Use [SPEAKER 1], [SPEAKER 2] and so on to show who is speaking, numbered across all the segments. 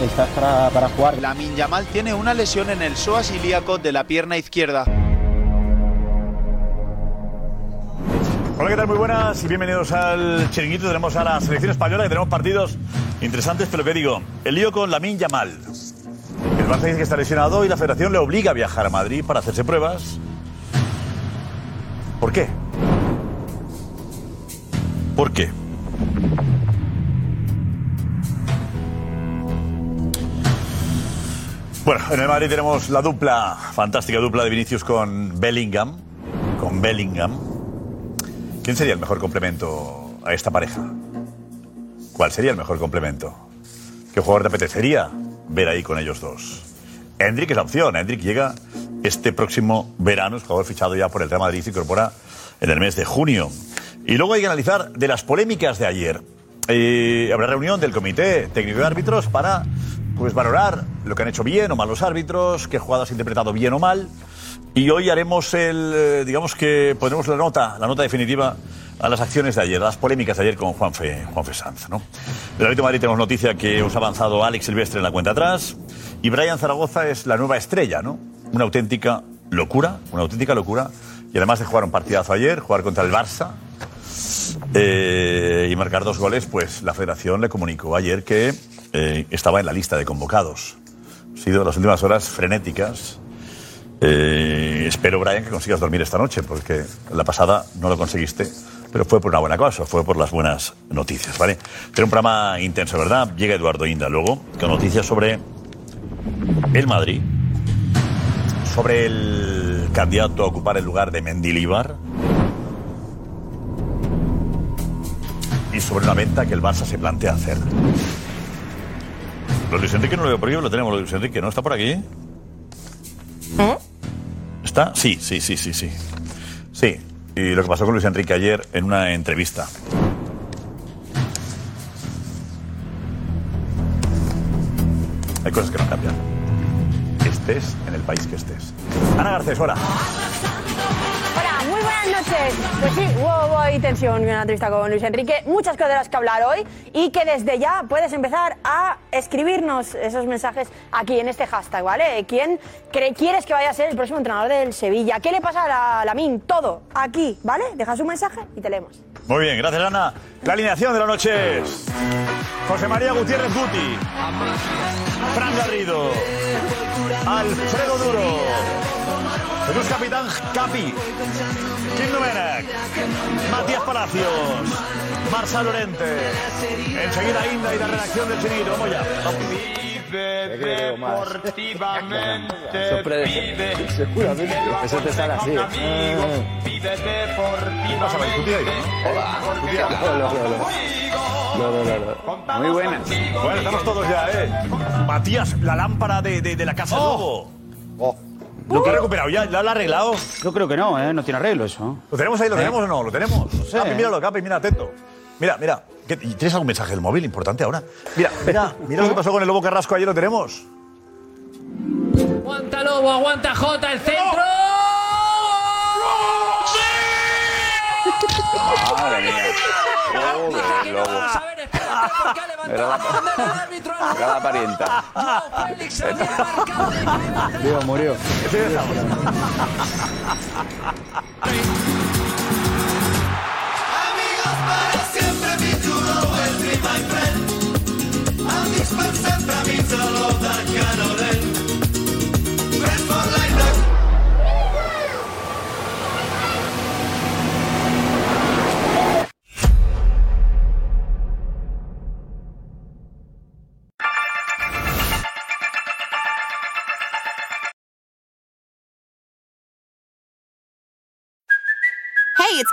[SPEAKER 1] quizás para, para jugar.
[SPEAKER 2] La Minyamal tiene una lesión en el psoas ilíaco de la pierna izquierda.
[SPEAKER 3] Hola, ¿qué tal? Muy buenas y bienvenidos al Chiringuito. Tenemos a la selección española que tenemos partidos interesantes, pero que digo, el lío con Lamin Yamal. El Barça dice que está lesionado y la federación le obliga a viajar a Madrid para hacerse pruebas. ¿Por qué? ¿Por qué? Bueno, en el Madrid tenemos la dupla, fantástica dupla de Vinicius con Bellingham. Con Bellingham. ¿Quién sería el mejor complemento a esta pareja? ¿Cuál sería el mejor complemento? ¿Qué jugador te apetecería ver ahí con ellos dos? Hendrik es la opción. Hendrik llega este próximo verano, es jugador fichado ya por el Real Madrid, se incorpora en el mes de junio. Y luego hay que analizar de las polémicas de ayer. Eh, habrá reunión del Comité Técnico de Árbitros para pues, valorar lo que han hecho bien o mal los árbitros, qué jugadas han interpretado bien o mal. Y hoy haremos el, eh, digamos que pondremos la nota, la nota definitiva a las acciones de ayer, a las polémicas de ayer con Juanfe, Juanfe Sanz. ¿no? Del Atlético de Madrid tenemos noticia que os ha avanzado Alex Silvestre en la cuenta atrás y Brian Zaragoza es la nueva estrella, ¿no? Una auténtica locura, una auténtica locura. Y además de jugar un partidazo ayer, jugar contra el Barça eh, y marcar dos goles, pues la federación le comunicó ayer que eh, estaba en la lista de convocados. Ha sido las últimas horas frenéticas. Eh, espero, Brian, que consigas dormir esta noche, porque la pasada no lo conseguiste, pero fue por una buena cosa, fue por las buenas noticias, ¿vale? Tiene un programa intenso, ¿verdad? Llega Eduardo Inda luego, con noticias sobre el Madrid, sobre el candidato a ocupar el lugar de Mendilibar y sobre una venta que el Barça se plantea hacer. Lo de Luis Enrique no lo veo por aquí, lo tenemos, lo de Luis Enrique, ¿no? ¿Está por aquí? ¿Está? Sí, sí, sí, sí, sí. Sí, y lo que pasó con Luis Enrique ayer en una entrevista. Hay cosas que no cambian. Estés en el país que estés. Ana Garcés, hola.
[SPEAKER 4] Hola, muy buenas noches. Pues sí, hubo hubo ahí tensión en la entrevista con Luis Enrique. Muchas cosas de las que hablar hoy y que desde ya puedes empezar a escribirnos esos mensajes aquí en este hashtag, ¿vale? ¿Quién cre- quieres que vaya a ser el próximo entrenador del Sevilla? ¿Qué le pasa a la Lamin? Todo aquí, ¿vale? Dejas un mensaje y te leemos.
[SPEAKER 3] Muy bien, gracias Ana. La alineación de la noche es José María Gutiérrez Guti, Fran Garrido, Alfredo Duro, Jesús Capitán Capi, Kim Domenech, Matías Palacios, Marsa Lorente, enseguida Inda y la redacción del Chiringuito. Vamos ya, vamos.
[SPEAKER 5] Seguramente. Eso te sale así.
[SPEAKER 3] Muy buenas. Bueno, estamos todos ya, ¿eh? Matías, la lámpara de, de- de la casa Lobo. ¿Lo
[SPEAKER 6] Uh.
[SPEAKER 3] que ha recuperado ya? ¿Lo ha arreglado?
[SPEAKER 7] Yo creo que no, ¿eh? No tiene arreglo eso.
[SPEAKER 3] ¿Lo tenemos ahí?
[SPEAKER 6] ¿Eh?
[SPEAKER 3] ¿Lo tenemos o no? ¿Lo tenemos? Capi, míralo, Capi, mira, atento. Mira, mira. ¿Qué- y ¿Tienes algún mensaje del móvil importante ahora? Mira, mira, mira lo que pasó con el Lobo Carrasco ayer, ¿lo tenemos?
[SPEAKER 8] Aguanta Lobo, aguanta Jota, el centro.
[SPEAKER 5] Madre mía. Pobre lobo. Era la, era la parienta.
[SPEAKER 7] Murió, murió.
[SPEAKER 9] Hey, it's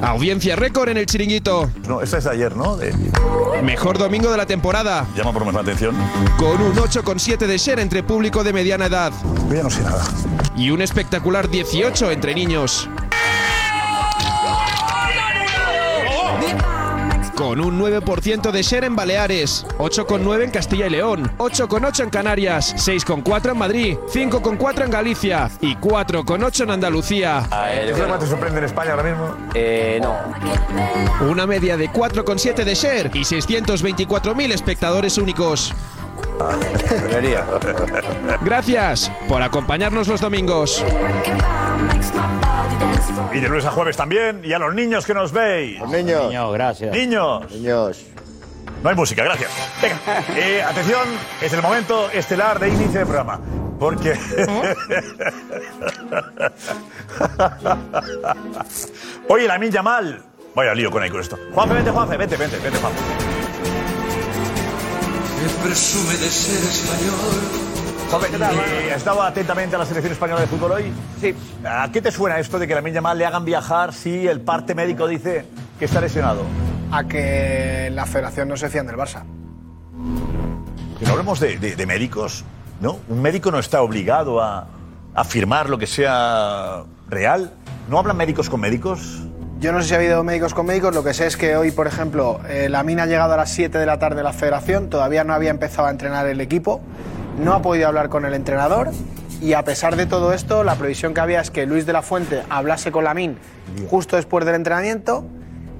[SPEAKER 1] Audiencia récord en el chiringuito.
[SPEAKER 3] No, esta es de ayer, ¿no? De-
[SPEAKER 1] Mejor domingo de la temporada.
[SPEAKER 3] Llama por más la atención.
[SPEAKER 1] Con un 8,7 de share entre público de mediana edad.
[SPEAKER 3] Yo ya no sé nada.
[SPEAKER 1] Y un espectacular 18 entre niños. Con un 9% de share en Baleares, 8,9 en Castilla y León, 8,8 en Canarias, 6,4 en Madrid, 5,4 en Galicia y 4,8 en Andalucía.
[SPEAKER 5] A
[SPEAKER 3] ¿Qué
[SPEAKER 5] ver,
[SPEAKER 3] es lo que más te sorprende en España ahora mismo?
[SPEAKER 5] eh, no.
[SPEAKER 1] Una media de 4,7 de share y 624.000 espectadores únicos.
[SPEAKER 5] Ah, Debería.
[SPEAKER 1] Gracias por acompañarnos los domingos.
[SPEAKER 3] Y de lunes a jueves también. Y a los niños que nos veis.
[SPEAKER 5] Niños.
[SPEAKER 7] Niño, gracias.
[SPEAKER 3] Niños.
[SPEAKER 5] Niños.
[SPEAKER 3] No hay música, gracias. Venga, eh, atención, es el momento estelar de inicio de programa. Porque. Oye, la Yamal. mal. Vaya lío con ahí con esto. Juanfe, vente, Juanfe, vente, vente, vente, Juanfe.
[SPEAKER 5] Joven, ¿qué tal?
[SPEAKER 3] Eh, ¿Has estado atentamente a la selección española de fútbol hoy?
[SPEAKER 5] Sí.
[SPEAKER 3] ¿A qué te suena esto de que la Yamal mal le hagan viajar si el parte médico dice que está lesionado?
[SPEAKER 10] a que la federación no se fían del Barça.
[SPEAKER 3] Que no hablemos de, de- de médicos, ¿no? Un médico no está obligado a, a firmar lo que sea real. ¿No hablan médicos con médicos?
[SPEAKER 10] Yo no sé si ha habido médicos con médicos, lo que sé es que hoy, por ejemplo, eh, la mina ha llegado a las 7 de la tarde a la federación, todavía no había empezado a entrenar el equipo, no ha podido hablar con el entrenador y a pesar de todo esto, la previsión que había es que Luis de la Fuente hablase con Lamin justo después del entrenamiento,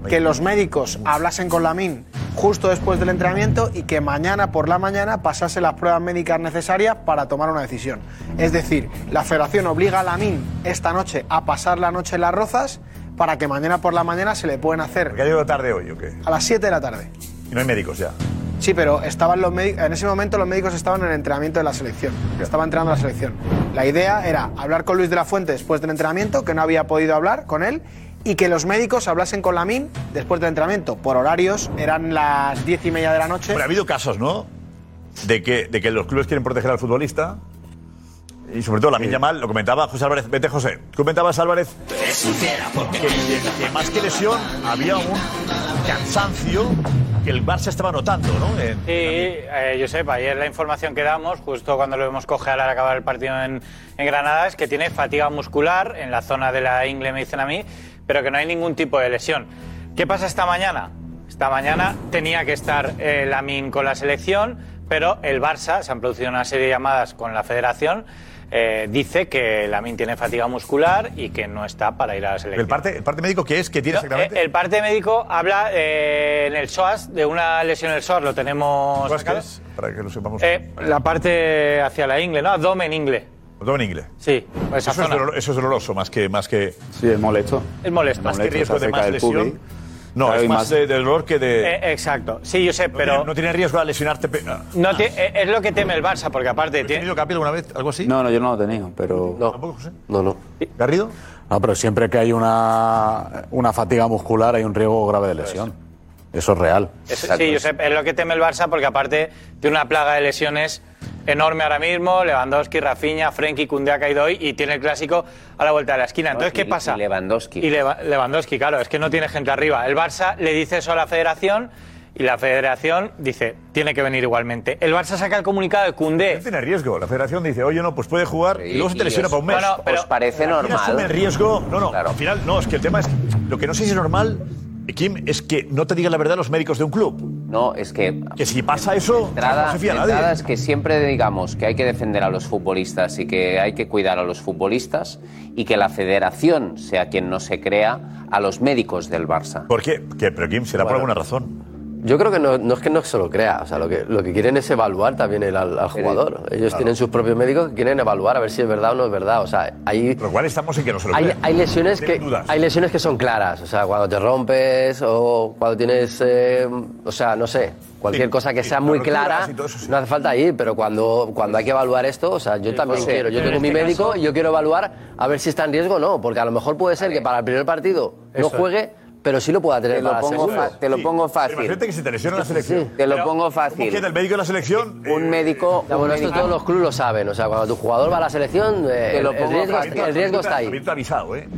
[SPEAKER 10] que los médicos hablasen con Lamin justo después del entrenamiento y que mañana por la mañana pasase las pruebas médicas necesarias para tomar una decisión. Es decir, la federación obliga a Lamin esta noche a pasar la noche en las rozas para que mañana por la mañana se le pueden
[SPEAKER 3] Porque
[SPEAKER 10] hacer
[SPEAKER 3] ha llegado tarde hoy, ¿o qué?
[SPEAKER 10] a las 7 de la tarde.
[SPEAKER 3] Y no hay médicos ya.
[SPEAKER 10] Sí, pero estaban los médi- en ese momento los médicos estaban en el entrenamiento de la selección. Estaba entrenando la selección. La idea era hablar con Luis de la Fuente después del entrenamiento, que no había podido hablar con él, y que los médicos hablasen con Lamin después del entrenamiento. Por horarios, eran las diez y media de la noche.
[SPEAKER 3] Hombre, ha habido casos, ¿no? De que, de que los clubes quieren proteger al futbolista. Y sobre todo la milla mal, lo comentaba José Álvarez. Vete, José. Tú comentabas, Álvarez, que, que- que más que lesión había un cansancio que el Barça estaba notando, ¿no? En-
[SPEAKER 7] Sí, eh, Josep, ayer la información que damos, justo cuando lo hemos cojeado al acabar el partido en, en Granada, es que tiene fatiga muscular en la zona de la ingle, me dicen a mí, pero que no hay ningún tipo de lesión. ¿Qué pasa esta mañana? Esta mañana tenía que estar eh, Lamin con la selección, pero el Barça, se han producido una serie de llamadas con la federación, eh, dice que Lamin tiene fatiga muscular y que no está para ir a la selección.
[SPEAKER 3] el, parte, el parte médico que es que tiene
[SPEAKER 7] No,
[SPEAKER 3] exactamente.
[SPEAKER 7] eh, El parte médico habla eh, en el SOAS de una lesión en el SOAS, lo tenemos.
[SPEAKER 3] ¿Sabes qué
[SPEAKER 7] sacado.
[SPEAKER 3] es? Para que lo sepamos.
[SPEAKER 7] Eh, la parte hacia la ingle, ¿no? Abdomen ingle.
[SPEAKER 3] Todo en inglés.
[SPEAKER 7] Sí,
[SPEAKER 5] eh,
[SPEAKER 7] esa
[SPEAKER 3] Eso es,
[SPEAKER 7] zona.
[SPEAKER 3] dolor- eh, eso es doloroso, más que, más que,
[SPEAKER 5] Sí, es molesto.
[SPEAKER 7] Es molesto.
[SPEAKER 3] más que
[SPEAKER 5] Molesto,
[SPEAKER 3] riesgo
[SPEAKER 5] se
[SPEAKER 3] de
[SPEAKER 5] acerca
[SPEAKER 3] más
[SPEAKER 5] el
[SPEAKER 3] lesión.
[SPEAKER 5] pubi.
[SPEAKER 3] No,
[SPEAKER 5] Claro,
[SPEAKER 3] es
[SPEAKER 5] y
[SPEAKER 3] más,
[SPEAKER 5] más-
[SPEAKER 3] de, de dolor que de.
[SPEAKER 7] Eh, exacto. Sí, yo sé,
[SPEAKER 3] no, tiene,
[SPEAKER 7] pero.
[SPEAKER 3] no tiene riesgo de lesionarte. pe- ah.
[SPEAKER 7] no ti- eh, es lo que teme el Barça, porque aparte
[SPEAKER 3] ¿Has tenido
[SPEAKER 7] tiene.
[SPEAKER 3] Capi alguna vez? ¿Algo así?
[SPEAKER 5] No, no, yo no lo he tenido, pero.
[SPEAKER 3] ¿Tampoco, José?
[SPEAKER 11] No, no.
[SPEAKER 3] ¿Garrido?
[SPEAKER 11] No, pero siempre que hay una, una fatiga muscular hay un riesgo grave de lesión. Eso es real.
[SPEAKER 7] es- sí, yo sé, es lo que teme el Barça, porque aparte tiene una plaga de lesiones enorme ahora mismo. Lewandowski, Rafinha, Frenkie, Kunde caído hoy y tiene el clásico a la vuelta de la esquina. Entonces, ¿qué
[SPEAKER 11] y-
[SPEAKER 7] pasa?
[SPEAKER 11] y Lewandowski.
[SPEAKER 7] Y Leva- Lewandowski, claro, es que no tiene gente arriba. El Barça le dice eso a la federación y la federación dice, tiene que venir igualmente. El Barça saca el comunicado de Kunde.
[SPEAKER 3] ¿Quién tiene riesgo? La federación dice, oye, no, pues puede jugar y luego se te
[SPEAKER 11] y
[SPEAKER 3] lesiona
[SPEAKER 11] os-
[SPEAKER 3] para un mes.
[SPEAKER 7] Bueno, pero-
[SPEAKER 11] ¿Os parece
[SPEAKER 3] Al final asume el
[SPEAKER 11] normal?
[SPEAKER 3] riesgo. No, no,
[SPEAKER 11] Claro.
[SPEAKER 3] al final, no, es que el tema es. que- Lo que no sé si es normal, Kim, es que no te digan la verdad los médicos de un club.
[SPEAKER 11] No, es que
[SPEAKER 3] Que si pasa eso, no
[SPEAKER 11] entrada,
[SPEAKER 3] se fía
[SPEAKER 11] de entrada
[SPEAKER 3] nadie.
[SPEAKER 11] es que siempre digamos que hay que defender a los futbolistas y que hay que cuidar a los futbolistas y que la federación sea quien no se crea a los médicos del Barça.
[SPEAKER 3] ¿Por qué? ¿Qué? Pero Kim, será por alguna razón.
[SPEAKER 11] Yo creo que no, no es que no se lo crea, o sea, lo que, lo que quieren es evaluar también el- al, al jugador. Ellos tienen sus propios médicos que quieren evaluar a ver si es verdad o no es verdad. O sea, hay,
[SPEAKER 3] Por lo cual estamos en que no se lo
[SPEAKER 11] hay,
[SPEAKER 3] crean.
[SPEAKER 11] hay lesiones
[SPEAKER 3] Tienen
[SPEAKER 11] que
[SPEAKER 3] dudas.
[SPEAKER 11] hay lesiones que son claras, o sea, cuando te rompes o cuando tienes, eh, o sea, no sé, cualquier
[SPEAKER 3] Sí,
[SPEAKER 11] cosa que
[SPEAKER 3] sí,
[SPEAKER 11] sea muy
[SPEAKER 3] roturas
[SPEAKER 11] clara,
[SPEAKER 3] y todo eso sí.
[SPEAKER 11] no hace falta ir, pero cuando, cuando hay que evaluar esto, o sea, yo también quiero, yo tengo mi médico y yo quiero evaluar a ver si está en riesgo o no, porque a lo mejor puede ser que para el primer partido no juegue, pero sí lo pueda tener para el segundo.
[SPEAKER 3] Sí. Pero Imagínate que se te lesiona la selección.
[SPEAKER 11] Te lo
[SPEAKER 5] pongo
[SPEAKER 3] ¿Cómo queda el médico de la selección? Eh,
[SPEAKER 11] Ya, bueno, esto todos los clubes lo saben. O sea, cuando tu jugador va a la selección, eh, el, el riesgo, el riesgo está
[SPEAKER 3] Habiendo
[SPEAKER 11] ahí.
[SPEAKER 3] avisado, ¿eh?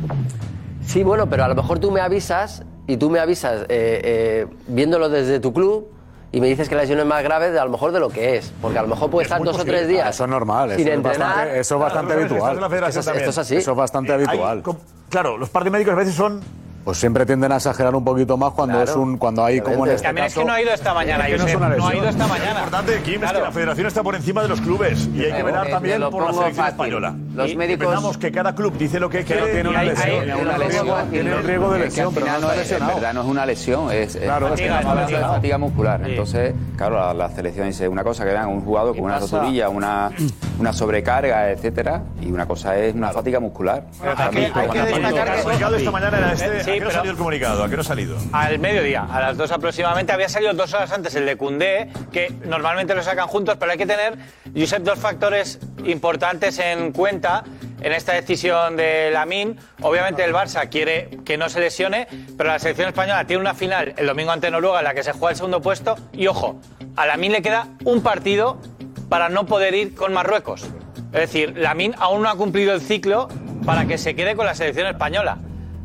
[SPEAKER 11] Sí, bueno, pero a lo mejor tú me avisas y tú me avisas eh, eh, viéndolo desde tu club y me dices que la lesión es más grave de a lo mejor de lo que es, porque a lo mejor puede estar dos o tres días.
[SPEAKER 12] Eso es normal,
[SPEAKER 11] sin
[SPEAKER 12] eso es
[SPEAKER 11] entrenar.
[SPEAKER 12] bastante, eso es bastante
[SPEAKER 11] Claro,
[SPEAKER 12] habitual.
[SPEAKER 11] eso es la federación Eso es- también. esto es así.
[SPEAKER 12] Eso es bastante
[SPEAKER 11] Eh, hay
[SPEAKER 12] habitual.
[SPEAKER 3] com- claro, los partes médicos a veces son.
[SPEAKER 12] Pues siempre tienden a exagerar un poquito más cuando
[SPEAKER 3] Claro.
[SPEAKER 12] es un cuando hay como en este
[SPEAKER 7] También es
[SPEAKER 12] caso.
[SPEAKER 7] que no ha ido esta mañana,
[SPEAKER 12] Es que no
[SPEAKER 7] Josep,
[SPEAKER 12] es una
[SPEAKER 7] no ha
[SPEAKER 12] lesión.
[SPEAKER 7] ido esta
[SPEAKER 3] Lo
[SPEAKER 7] mañana.
[SPEAKER 3] importante, Kim, es que
[SPEAKER 7] Claro.
[SPEAKER 3] la federación está por encima de los clubes y hay que velar también por la selección española.
[SPEAKER 5] Los
[SPEAKER 3] Y
[SPEAKER 5] médicos-
[SPEAKER 3] Entendamos que cada club dice lo que
[SPEAKER 5] Que no
[SPEAKER 3] quiere
[SPEAKER 5] tiene
[SPEAKER 3] y
[SPEAKER 5] una
[SPEAKER 3] hay-
[SPEAKER 5] lesión,
[SPEAKER 3] hay-
[SPEAKER 5] tiene una
[SPEAKER 3] riesgo-
[SPEAKER 5] lesión.
[SPEAKER 3] tiene un riesgo de
[SPEAKER 5] Es que
[SPEAKER 3] lesión,
[SPEAKER 5] al
[SPEAKER 3] pero
[SPEAKER 5] final
[SPEAKER 3] no está
[SPEAKER 5] es, en
[SPEAKER 3] lesionado.
[SPEAKER 5] verdad no es una lesión, es, es-
[SPEAKER 3] Claro,
[SPEAKER 5] es
[SPEAKER 3] es que
[SPEAKER 5] una
[SPEAKER 3] está
[SPEAKER 5] fatiga,
[SPEAKER 3] lesionado.
[SPEAKER 5] fatiga muscular. Entonces, claro, la, la selección dice una cosa que vean un jugador con una
[SPEAKER 7] pasa?
[SPEAKER 5] roturilla, una, una sobrecarga, etcétera, y una cosa es una fatiga muscular. También, pero cuando-
[SPEAKER 3] El comunicado esta mañana era este.
[SPEAKER 7] Eh,
[SPEAKER 3] ¿A
[SPEAKER 7] Sí,
[SPEAKER 3] qué no
[SPEAKER 7] pero-
[SPEAKER 3] salió el comunicado? ¿A qué no ha salido?
[SPEAKER 7] Al mediodía, a las dos aproximadamente, había salido dos horas antes el de Cundé, que normalmente lo sacan juntos, pero hay que tener, Josep, dos factores importantes en cuenta en esta decisión de Lamin. Obviamente el Barça quiere que no se lesione, pero la selección española tiene una final el domingo ante Noruega en la que se juega el segundo puesto. Y ojo, a Lamin le queda un partido para no poder ir con Marruecos. Es decir, Lamin aún no ha cumplido el ciclo para que se quede con la selección española.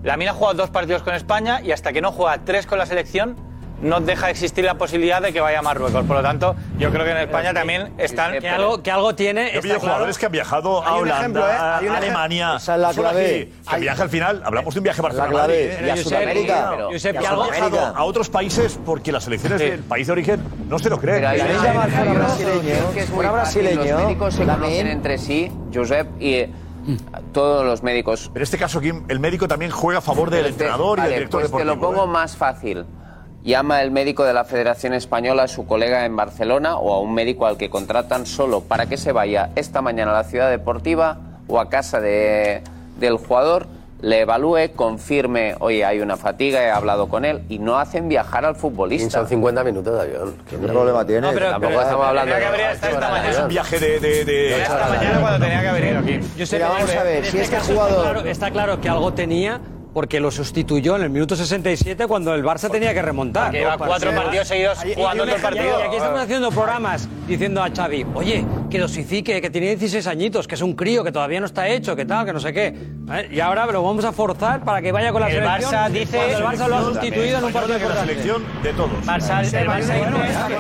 [SPEAKER 7] La mina ha jugado dos partidos con España y hasta que no juega tres con la selección no deja de existir la posibilidad de que vaya a Marruecos. Por lo tanto, yo creo que en España también están...
[SPEAKER 13] Que algo, Oh, que algo
[SPEAKER 3] Yo
[SPEAKER 13] tiene. está
[SPEAKER 3] había
[SPEAKER 13] claro.
[SPEAKER 3] jugadores que han viajado a
[SPEAKER 13] Hay un
[SPEAKER 3] Holanda,
[SPEAKER 13] ejemplo, ¿eh?
[SPEAKER 3] a
[SPEAKER 13] Hay un ej-
[SPEAKER 3] Alemania.
[SPEAKER 13] Esa es la
[SPEAKER 3] son
[SPEAKER 13] clave.
[SPEAKER 3] aquí. El
[SPEAKER 13] Hay-
[SPEAKER 3] viaje al final, hablamos de un viaje a Barcelona.
[SPEAKER 13] clave.
[SPEAKER 3] Madrid, ¿eh?
[SPEAKER 13] Y a
[SPEAKER 3] Josep,
[SPEAKER 13] Sudamérica.
[SPEAKER 3] claro. Que
[SPEAKER 13] Josep, y
[SPEAKER 3] han
[SPEAKER 13] algo-
[SPEAKER 3] viajado
[SPEAKER 13] algo-
[SPEAKER 3] a otros países porque las selecciones
[SPEAKER 13] Sí.
[SPEAKER 3] del país de origen no se lo creen.
[SPEAKER 5] Pero ahí
[SPEAKER 3] Sí.
[SPEAKER 5] hay- hay- hay- creo que es muy fácil. Los médicos se
[SPEAKER 3] Lamin.
[SPEAKER 5] conocen entre sí, Josep, y eh, todos los médicos.
[SPEAKER 3] Pero en este caso, Kim, el médico también juega a favor del
[SPEAKER 5] Pero te-
[SPEAKER 3] entrenador y
[SPEAKER 5] vale,
[SPEAKER 3] del director
[SPEAKER 5] pues
[SPEAKER 3] deportivo.
[SPEAKER 5] Te lo pongo
[SPEAKER 3] ¿eh?
[SPEAKER 5] más fácil. Llama el médico de la Federación Española a su colega en Barcelona o a un médico al que contratan solo para que se vaya esta mañana a la ciudad deportiva o a casa de- del jugador, le evalúe, confirme, oye, hay una fatiga, he hablado con él y no hacen viajar al futbolista.
[SPEAKER 11] Son 50 minutos de avión. ¿Qué
[SPEAKER 5] problema tiene?
[SPEAKER 11] No, pero-
[SPEAKER 5] Tampoco
[SPEAKER 11] pero-
[SPEAKER 5] estamos hablando
[SPEAKER 11] Tendría que
[SPEAKER 5] de-
[SPEAKER 11] haber estado esta mañana.
[SPEAKER 3] Es un viaje de... de, de-
[SPEAKER 13] Josep,
[SPEAKER 14] Mira, vamos
[SPEAKER 13] en-
[SPEAKER 14] a ver,
[SPEAKER 13] en
[SPEAKER 14] si este
[SPEAKER 13] caso
[SPEAKER 14] jugador-
[SPEAKER 13] Está claro, está claro que algo tenía porque lo sustituyó en el minuto 67 cuando el Barça tenía que remontar.
[SPEAKER 7] Porque lleva
[SPEAKER 13] Dos
[SPEAKER 7] cuatro partidos seguidos
[SPEAKER 13] Ahí- y
[SPEAKER 7] jugando
[SPEAKER 13] un
[SPEAKER 7] otro
[SPEAKER 13] ejemplo,
[SPEAKER 7] partido.
[SPEAKER 13] Y aquí estamos haciendo programas diciendo a Xavi, oye, que dosifique, que tiene 16 añitos, que es un crío, que todavía no está hecho, que tal, que no sé qué. ¿Eh? Y ahora lo vamos a forzar para que vaya con la
[SPEAKER 7] El
[SPEAKER 13] selección.
[SPEAKER 7] Barça dice-
[SPEAKER 13] cuando el Barça lo ha
[SPEAKER 7] También,
[SPEAKER 13] sustituido en un
[SPEAKER 7] española
[SPEAKER 13] partido
[SPEAKER 7] que la
[SPEAKER 13] importante.
[SPEAKER 3] selección de todos.
[SPEAKER 7] Barça- el, Barça dice,